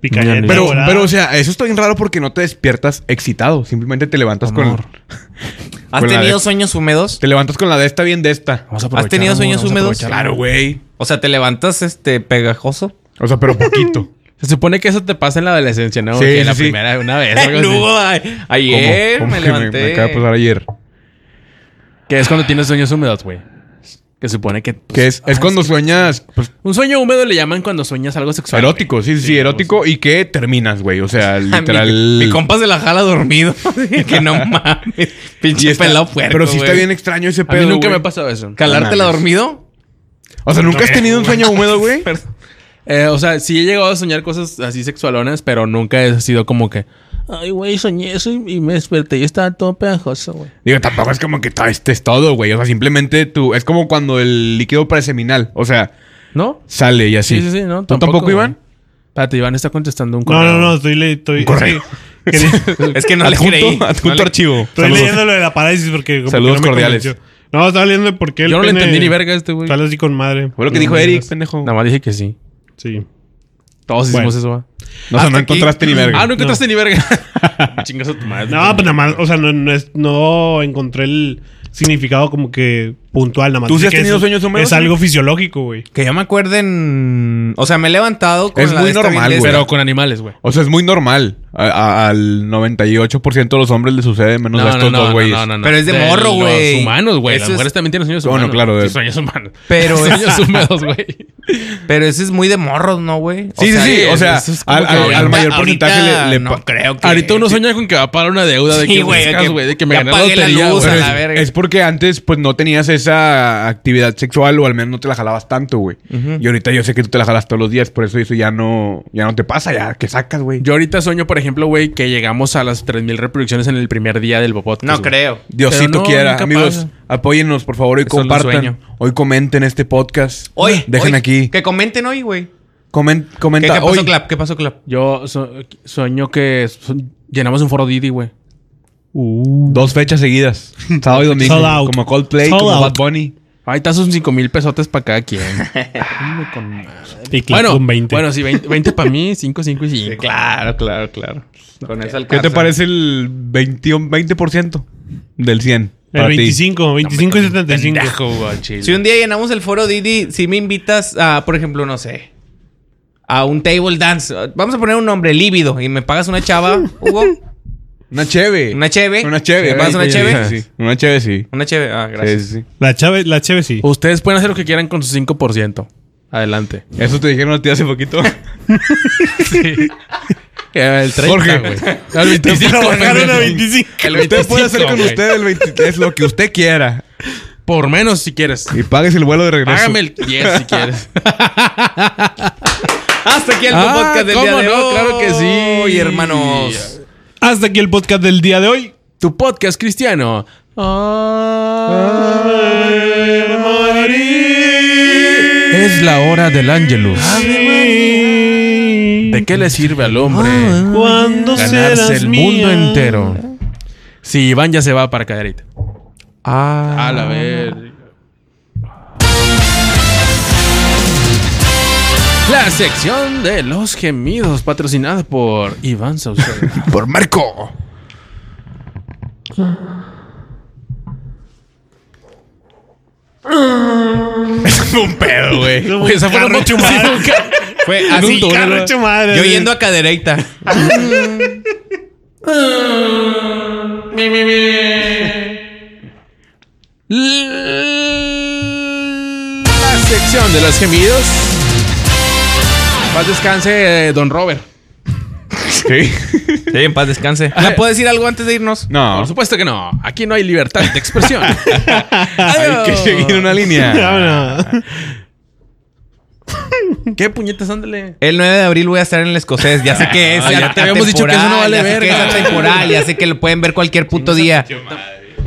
[SPEAKER 4] Picañeta,
[SPEAKER 1] Pero-
[SPEAKER 2] Pero,
[SPEAKER 4] volada.
[SPEAKER 2] pero, o sea, eso está bien raro porque no te despiertas excitado. Simplemente te levantas
[SPEAKER 1] Amor.
[SPEAKER 2] con.
[SPEAKER 5] ¿Has
[SPEAKER 2] Con la
[SPEAKER 5] tenido
[SPEAKER 2] de-
[SPEAKER 5] sueños húmedos?
[SPEAKER 2] Te levantas con la de esta bien de esta.
[SPEAKER 1] Vamos a
[SPEAKER 5] ¿Has
[SPEAKER 1] aprovechar,
[SPEAKER 5] tenido
[SPEAKER 1] amor,
[SPEAKER 5] sueños
[SPEAKER 1] vamos a
[SPEAKER 5] húmedos?
[SPEAKER 1] aprovechar.
[SPEAKER 2] Claro, güey.
[SPEAKER 5] O sea, ¿te levantas este pegajoso?
[SPEAKER 2] O sea, pero poquito.
[SPEAKER 1] Se supone que eso te pasa en la adolescencia, ¿no?
[SPEAKER 2] Sí,
[SPEAKER 1] Que
[SPEAKER 2] sí,
[SPEAKER 1] la
[SPEAKER 2] sí.
[SPEAKER 1] primera una vez. algo así.
[SPEAKER 5] No, ay- ayer
[SPEAKER 2] ¿Cómo? ¿Cómo
[SPEAKER 5] me
[SPEAKER 2] que
[SPEAKER 5] levanté.
[SPEAKER 2] Me, acaba de pasar ayer.
[SPEAKER 1] Que es cuando tienes sueños húmedos, güey. Que supone que... pues,
[SPEAKER 2] Que es,
[SPEAKER 1] ay,
[SPEAKER 2] es cuando sueñas pues,
[SPEAKER 1] Un sueño húmedo le llaman cuando sueñas algo sexual. güey.
[SPEAKER 2] erótico, sí, sí, sí, erótico
[SPEAKER 1] pues.
[SPEAKER 2] y que terminas, güey. O sea,
[SPEAKER 5] Ah, mi-
[SPEAKER 2] literal.
[SPEAKER 5] Mi, compa se la jala dormido. que no mames.
[SPEAKER 2] Y
[SPEAKER 5] Pinche
[SPEAKER 2] está-
[SPEAKER 5] pelado puerco.
[SPEAKER 2] Pero sí está
[SPEAKER 5] güey.
[SPEAKER 2] bien extraño ese
[SPEAKER 1] A
[SPEAKER 2] pedo.
[SPEAKER 1] mí nunca me
[SPEAKER 2] güey.
[SPEAKER 1] ha pasado eso.
[SPEAKER 5] ¿Calártela
[SPEAKER 2] No mames.
[SPEAKER 5] dormido?
[SPEAKER 2] O sea, nunca has tenido un sueño húmedo, güey.
[SPEAKER 1] Eh, o sea, sí he llegado a soñar cosas así sexualonas, pero nunca he sido como que... Ay, güey, soñé eso y, y me desperté. Yo estaba todo pegajoso, güey.
[SPEAKER 2] Digo, tampoco es como que ta- este es todo, güey. O sea, simplemente tú. Es como cuando el líquido preseminal, o sea,
[SPEAKER 1] ¿No?
[SPEAKER 2] sale y así.
[SPEAKER 1] Sí, sí, sí. No,
[SPEAKER 2] ¿Tú tampoco,
[SPEAKER 1] güey.
[SPEAKER 2] Iván?
[SPEAKER 1] Espérate, Iván está contestando un
[SPEAKER 4] No,
[SPEAKER 1] correo.
[SPEAKER 4] no, no, estoy... le- estoy
[SPEAKER 2] correo.
[SPEAKER 4] es que
[SPEAKER 5] Es que no le
[SPEAKER 2] Adjunto-
[SPEAKER 5] creí.
[SPEAKER 2] adjunto
[SPEAKER 5] No le-
[SPEAKER 2] archivo.
[SPEAKER 4] Estoy
[SPEAKER 2] Saludos.
[SPEAKER 4] leyendo lo de la parálisis porque. como
[SPEAKER 2] Saludos
[SPEAKER 4] que me
[SPEAKER 2] cordiales.
[SPEAKER 4] convenció. No, estaba leyendo por qué. el
[SPEAKER 1] Yo no le
[SPEAKER 4] pene-
[SPEAKER 1] entendí ni verga a este güey.
[SPEAKER 4] Sale así con madre.
[SPEAKER 2] Fue lo que dijo Eric, pendejo.
[SPEAKER 1] Nada más dije que sí.
[SPEAKER 4] Sí.
[SPEAKER 1] Todos
[SPEAKER 4] Bueno.
[SPEAKER 1] hicimos eso, ¿va?
[SPEAKER 2] No, o sea,
[SPEAKER 5] Hasta
[SPEAKER 2] no
[SPEAKER 5] aquí.
[SPEAKER 2] encontraste ni verga.
[SPEAKER 1] Ah, no encontraste ni verga. Chingas a tu madre.
[SPEAKER 4] No, pues nada más. O sea, no, no, es- no encontré el significado como que puntual, nada más.
[SPEAKER 2] ¿Tú sí
[SPEAKER 4] Sé
[SPEAKER 2] has
[SPEAKER 4] que
[SPEAKER 2] tenido
[SPEAKER 4] es-
[SPEAKER 2] sueños húmedos,
[SPEAKER 4] Es algo fisiológico, güey.
[SPEAKER 5] Que yo me acuerden. O sea, me he levantado con
[SPEAKER 2] Es
[SPEAKER 5] la
[SPEAKER 2] muy
[SPEAKER 5] de esta
[SPEAKER 2] normal,
[SPEAKER 5] bien de
[SPEAKER 1] Pero
[SPEAKER 5] esta.
[SPEAKER 1] con animales, güey.
[SPEAKER 2] O sea, es muy normal. A- a- al 98% de los hombres les sucede menos a estos dos güeyes.
[SPEAKER 5] Pero es de morro, güey.
[SPEAKER 1] Los humanos, güey.
[SPEAKER 5] Eso
[SPEAKER 1] Las
[SPEAKER 5] es-
[SPEAKER 1] mujeres también tienen sueños
[SPEAKER 2] Bueno,
[SPEAKER 1] humanos.
[SPEAKER 2] claro, de-
[SPEAKER 1] Sí, sueños humanos.
[SPEAKER 5] Pero es-
[SPEAKER 1] Sueños húmedos, güey.
[SPEAKER 5] Pero eso es muy de morros, ¿no, güey? O
[SPEAKER 2] Sí, sí,
[SPEAKER 5] sea,
[SPEAKER 2] sí.
[SPEAKER 1] es-
[SPEAKER 2] O sea,
[SPEAKER 1] eso es como
[SPEAKER 2] al,
[SPEAKER 1] que
[SPEAKER 2] al-
[SPEAKER 1] ahorita-
[SPEAKER 2] al mayor
[SPEAKER 5] ahorita
[SPEAKER 2] porcentaje le, le
[SPEAKER 5] no
[SPEAKER 2] pa-
[SPEAKER 5] creo que-
[SPEAKER 1] Ahorita uno sueña con que va a pagar una deuda de
[SPEAKER 5] Sí,
[SPEAKER 1] que
[SPEAKER 5] güey, de
[SPEAKER 1] buscas,
[SPEAKER 5] que
[SPEAKER 1] güey. De que me
[SPEAKER 5] ya
[SPEAKER 1] gané la
[SPEAKER 5] pagué la
[SPEAKER 1] lotería,
[SPEAKER 5] luz,
[SPEAKER 1] güey.
[SPEAKER 5] a
[SPEAKER 2] Pero
[SPEAKER 5] la
[SPEAKER 2] es,
[SPEAKER 5] verga.
[SPEAKER 2] es porque antes, pues, no tenías esa actividad sexual o al menos no te la jalabas tanto, güey. Y ahorita yo sé que tú te la jalas todos los días, por eso eso ya no, ya no te pasa, ya que sacas, güey.
[SPEAKER 1] Yo ahorita sueño, por ejemplo, güey, que llegamos a las 3000 reproducciones en el primer día del Bobot.
[SPEAKER 5] No creo.
[SPEAKER 2] Diosito
[SPEAKER 1] Pero no,
[SPEAKER 2] quiera.
[SPEAKER 1] nunca
[SPEAKER 2] Amigos,
[SPEAKER 1] pasa.
[SPEAKER 2] apóyennos, por favor, y
[SPEAKER 1] Eso es un
[SPEAKER 2] compartan.
[SPEAKER 1] sueño.
[SPEAKER 2] Hoy comenten este podcast.
[SPEAKER 5] Hoy.
[SPEAKER 2] Dejen
[SPEAKER 5] hoy,
[SPEAKER 2] aquí.
[SPEAKER 5] Que comenten hoy, güey.
[SPEAKER 2] Comen-
[SPEAKER 5] ¿Qué,
[SPEAKER 2] comenta
[SPEAKER 5] qué pasó,
[SPEAKER 2] hoy.
[SPEAKER 5] Clap? ¿Qué pasó, Clap?
[SPEAKER 1] Yo so- sueño que so- llenamos un foro Didi, güey. Uh,
[SPEAKER 2] Dos fechas seguidas. Sábado y domingo.
[SPEAKER 4] Sold out.
[SPEAKER 2] Como Coldplay,
[SPEAKER 4] Sold
[SPEAKER 2] como
[SPEAKER 4] out.
[SPEAKER 2] Bad Bunny.
[SPEAKER 1] Ahí estás sus 5 mil pesotes para cada quien. Dime con madre.
[SPEAKER 4] Y claro,
[SPEAKER 1] bueno,
[SPEAKER 4] con 20.
[SPEAKER 1] bueno, sí, 20, para mí, 5, 5 y 5.
[SPEAKER 5] Claro, claro, claro. Con eso
[SPEAKER 2] ¿Qué
[SPEAKER 5] alcanza.
[SPEAKER 2] te parece el 21 20% del 100?
[SPEAKER 4] el
[SPEAKER 2] para ti?
[SPEAKER 4] 25, 25 y 75.
[SPEAKER 5] Si un día llenamos el foro Didi, si me invitas a, por ejemplo, no sé, a un table dance. Vamos a poner un nombre, lívido, y me pagas una chava, Hugo.
[SPEAKER 2] Una cheve.
[SPEAKER 5] Una cheve.
[SPEAKER 2] Una cheve.
[SPEAKER 5] ¿Me pagas una
[SPEAKER 2] Sí,
[SPEAKER 5] cheve?
[SPEAKER 2] sí, sí. Una cheve, sí.
[SPEAKER 5] Una cheve. Ah,
[SPEAKER 2] Sí,
[SPEAKER 5] gracias.
[SPEAKER 2] sí, sí.
[SPEAKER 4] La Cheve, la Cheve sí.
[SPEAKER 1] Ustedes pueden hacer lo que quieran con su 5%. Adelante.
[SPEAKER 2] Eso te dijeron a ti hace poquito.
[SPEAKER 1] El 30,
[SPEAKER 2] Jorge.
[SPEAKER 1] güey. El 25.
[SPEAKER 4] Lo bajaron
[SPEAKER 1] pendejo.
[SPEAKER 4] a 25.
[SPEAKER 1] El
[SPEAKER 2] usted
[SPEAKER 1] 25,
[SPEAKER 2] puede hacer con
[SPEAKER 1] güey.
[SPEAKER 2] usted el 20 es lo que usted quiera.
[SPEAKER 1] Por menos si quieres.
[SPEAKER 2] Y pagues el vuelo de regreso.
[SPEAKER 1] Págame el 10 si quieres.
[SPEAKER 5] Hasta aquí el
[SPEAKER 1] Ah,
[SPEAKER 5] podcast del día
[SPEAKER 1] ¿cómo
[SPEAKER 5] de
[SPEAKER 1] no?
[SPEAKER 5] hoy.
[SPEAKER 1] Claro que sí.
[SPEAKER 5] Oye, hermanos.
[SPEAKER 4] Hasta aquí el podcast del día de hoy.
[SPEAKER 1] Tu podcast cristiano. Es la hora del ángelus. ¿De qué le sirve al hombre
[SPEAKER 4] Cuando
[SPEAKER 1] ganarse el mundo entero? Si Iván ya se va para caderita. Ah, a la ver. La sección de los gemidos patrocinada por Iván Saucedo.
[SPEAKER 2] Por Marco. Eso fue un pedo, güey.
[SPEAKER 4] Güey,
[SPEAKER 1] Güey, esa fue la
[SPEAKER 4] carro
[SPEAKER 1] nota-
[SPEAKER 4] hecho madre.
[SPEAKER 1] sí, nunca-
[SPEAKER 5] Fue
[SPEAKER 4] Un
[SPEAKER 5] así.
[SPEAKER 4] carro hecho madre.
[SPEAKER 5] Yo yendo a cadereita.
[SPEAKER 1] La sección de los gemidos. Paz descanse, eh, don Robert.
[SPEAKER 2] ¿Sí?
[SPEAKER 5] Sí, en paz descanse. Ah, ¿Puedo decir algo antes de irnos?
[SPEAKER 2] No.
[SPEAKER 1] Por supuesto que no. Aquí no hay libertad de expresión.
[SPEAKER 2] Hay que seguir una línea.
[SPEAKER 4] Vámonos.
[SPEAKER 1] ¿Qué puñetas? Ándale.
[SPEAKER 5] El 9 de abril voy a estar en el escocés. Ya sé que es.
[SPEAKER 1] Ah, ya te habíamos dicho que eso no vale
[SPEAKER 5] ya sé
[SPEAKER 1] verga.
[SPEAKER 5] que es temporal. Ya sé que lo pueden ver cualquier puto día.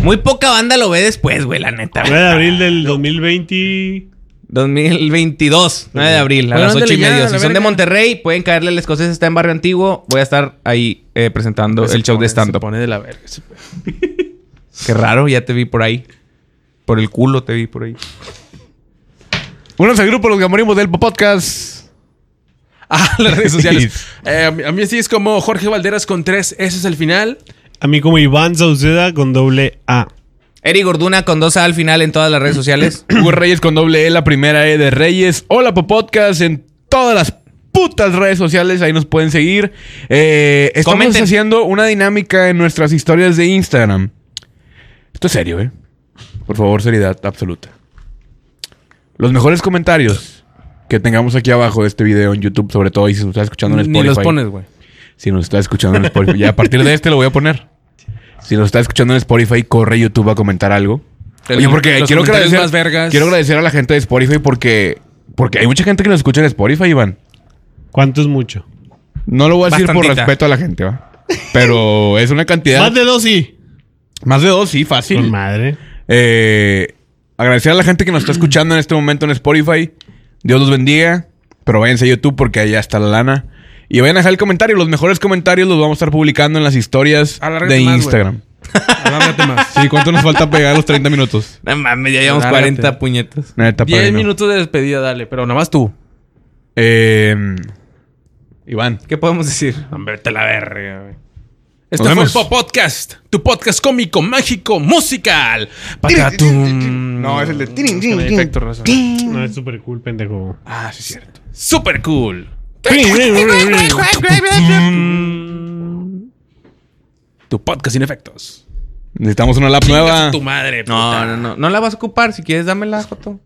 [SPEAKER 5] Muy poca banda lo ve después, güey, la neta.
[SPEAKER 4] 9 de abril del 2020.
[SPEAKER 5] 2022, 9 de abril, a
[SPEAKER 1] Bueno,
[SPEAKER 5] las 8 y
[SPEAKER 1] ándale ya,
[SPEAKER 5] media.
[SPEAKER 1] a
[SPEAKER 5] Si
[SPEAKER 1] la
[SPEAKER 5] son de
[SPEAKER 1] verga.
[SPEAKER 5] Monterrey, pueden caerle al escocés. Está en Barrio Antiguo. Voy a estar ahí eh, presentando
[SPEAKER 1] Se
[SPEAKER 5] el show
[SPEAKER 1] pone-
[SPEAKER 5] de
[SPEAKER 1] Se
[SPEAKER 5] stand-up.
[SPEAKER 1] pone de la verga. pues.
[SPEAKER 5] Qué raro, ya te vi por ahí. Por el culo te vi por ahí.
[SPEAKER 2] Únanse al grupo Los Gamorimos del Podcast.
[SPEAKER 1] Ah, las redes sociales. Eh, a mí- a mí sí es como Jorge Valderas con tres. Ese es el final.
[SPEAKER 4] A mí como Iván Sauceda con doble A.
[SPEAKER 5] Eri Gorduna con dos A al final en todas las redes sociales.
[SPEAKER 2] Hugo Reyes con doble E, la primera E de Reyes. Hola Popodcast en todas las putas redes sociales, ahí nos pueden seguir. Eh, estamos
[SPEAKER 5] Comenten.
[SPEAKER 2] haciendo una dinámica en nuestras historias de Instagram. Esto es serio, ¿eh? Por favor, seriedad absoluta. Los mejores comentarios que tengamos aquí abajo de este video en YouTube, sobre todo, y si nos estás escuchando en
[SPEAKER 1] Ni
[SPEAKER 2] Spotify.
[SPEAKER 1] los pones, güey.
[SPEAKER 2] Si nos estás escuchando en Spotify, ya a partir de este lo voy a poner. Si nos estás escuchando en Spotify, corre a YouTube a comentar algo.
[SPEAKER 1] El-
[SPEAKER 2] Oye, porque
[SPEAKER 1] los
[SPEAKER 2] quiero
[SPEAKER 1] comentarios
[SPEAKER 2] agradecer,
[SPEAKER 1] más vergas.
[SPEAKER 2] quiero agradecer a la gente de Spotify porque, porque hay mucha gente que nos escucha en Spotify, Iván.
[SPEAKER 4] ¿Cuánto es mucho?
[SPEAKER 2] No lo voy a decir por
[SPEAKER 5] Bastantita.
[SPEAKER 2] respeto a la gente, ¿va? Pero es una cantidad.
[SPEAKER 4] Más de dos sí.
[SPEAKER 2] más de dos, sí, fácil.
[SPEAKER 4] Con madre.
[SPEAKER 2] Eh, agradecer a la gente que nos está escuchando en este momento en Spotify. Dios los bendiga. Pero váyanse a YouTube porque allá está la lana. Y vayan a dejar el comentario. Los mejores comentarios los vamos a estar publicando en las historias
[SPEAKER 1] Alárgate
[SPEAKER 2] de
[SPEAKER 1] más, güey.
[SPEAKER 2] Instagram.
[SPEAKER 1] Alárgate más.
[SPEAKER 2] Sí, ¿cuánto nos falta pegar los 30 minutos?
[SPEAKER 5] No mames, ya llevamos
[SPEAKER 1] Lárgate.
[SPEAKER 5] 40 puñetas.
[SPEAKER 2] Neta,
[SPEAKER 1] 10
[SPEAKER 2] padrino.
[SPEAKER 1] minutos de despedida, dale, pero nada más tú.
[SPEAKER 2] Eh, Iván.
[SPEAKER 5] ¿Qué podemos decir?
[SPEAKER 1] Hombre, te la verga, güey. Este
[SPEAKER 2] Nos
[SPEAKER 1] fue el
[SPEAKER 2] vemos.
[SPEAKER 1] Pop Podcast, tu podcast cómico, mágico, musical. Pacatum.
[SPEAKER 2] No, es el de tirin,
[SPEAKER 1] Es que no hay
[SPEAKER 2] tirin,
[SPEAKER 1] efecto, raza.
[SPEAKER 4] No, es súper cool, pendejo.
[SPEAKER 2] Ah, sí, es cierto.
[SPEAKER 1] Super cool. Tu podcast sin efectos.
[SPEAKER 2] Necesitamos una lap nueva.
[SPEAKER 1] Tu madre.
[SPEAKER 5] No, no, no. No la vas a ocupar. Si quieres, dámela, Joto.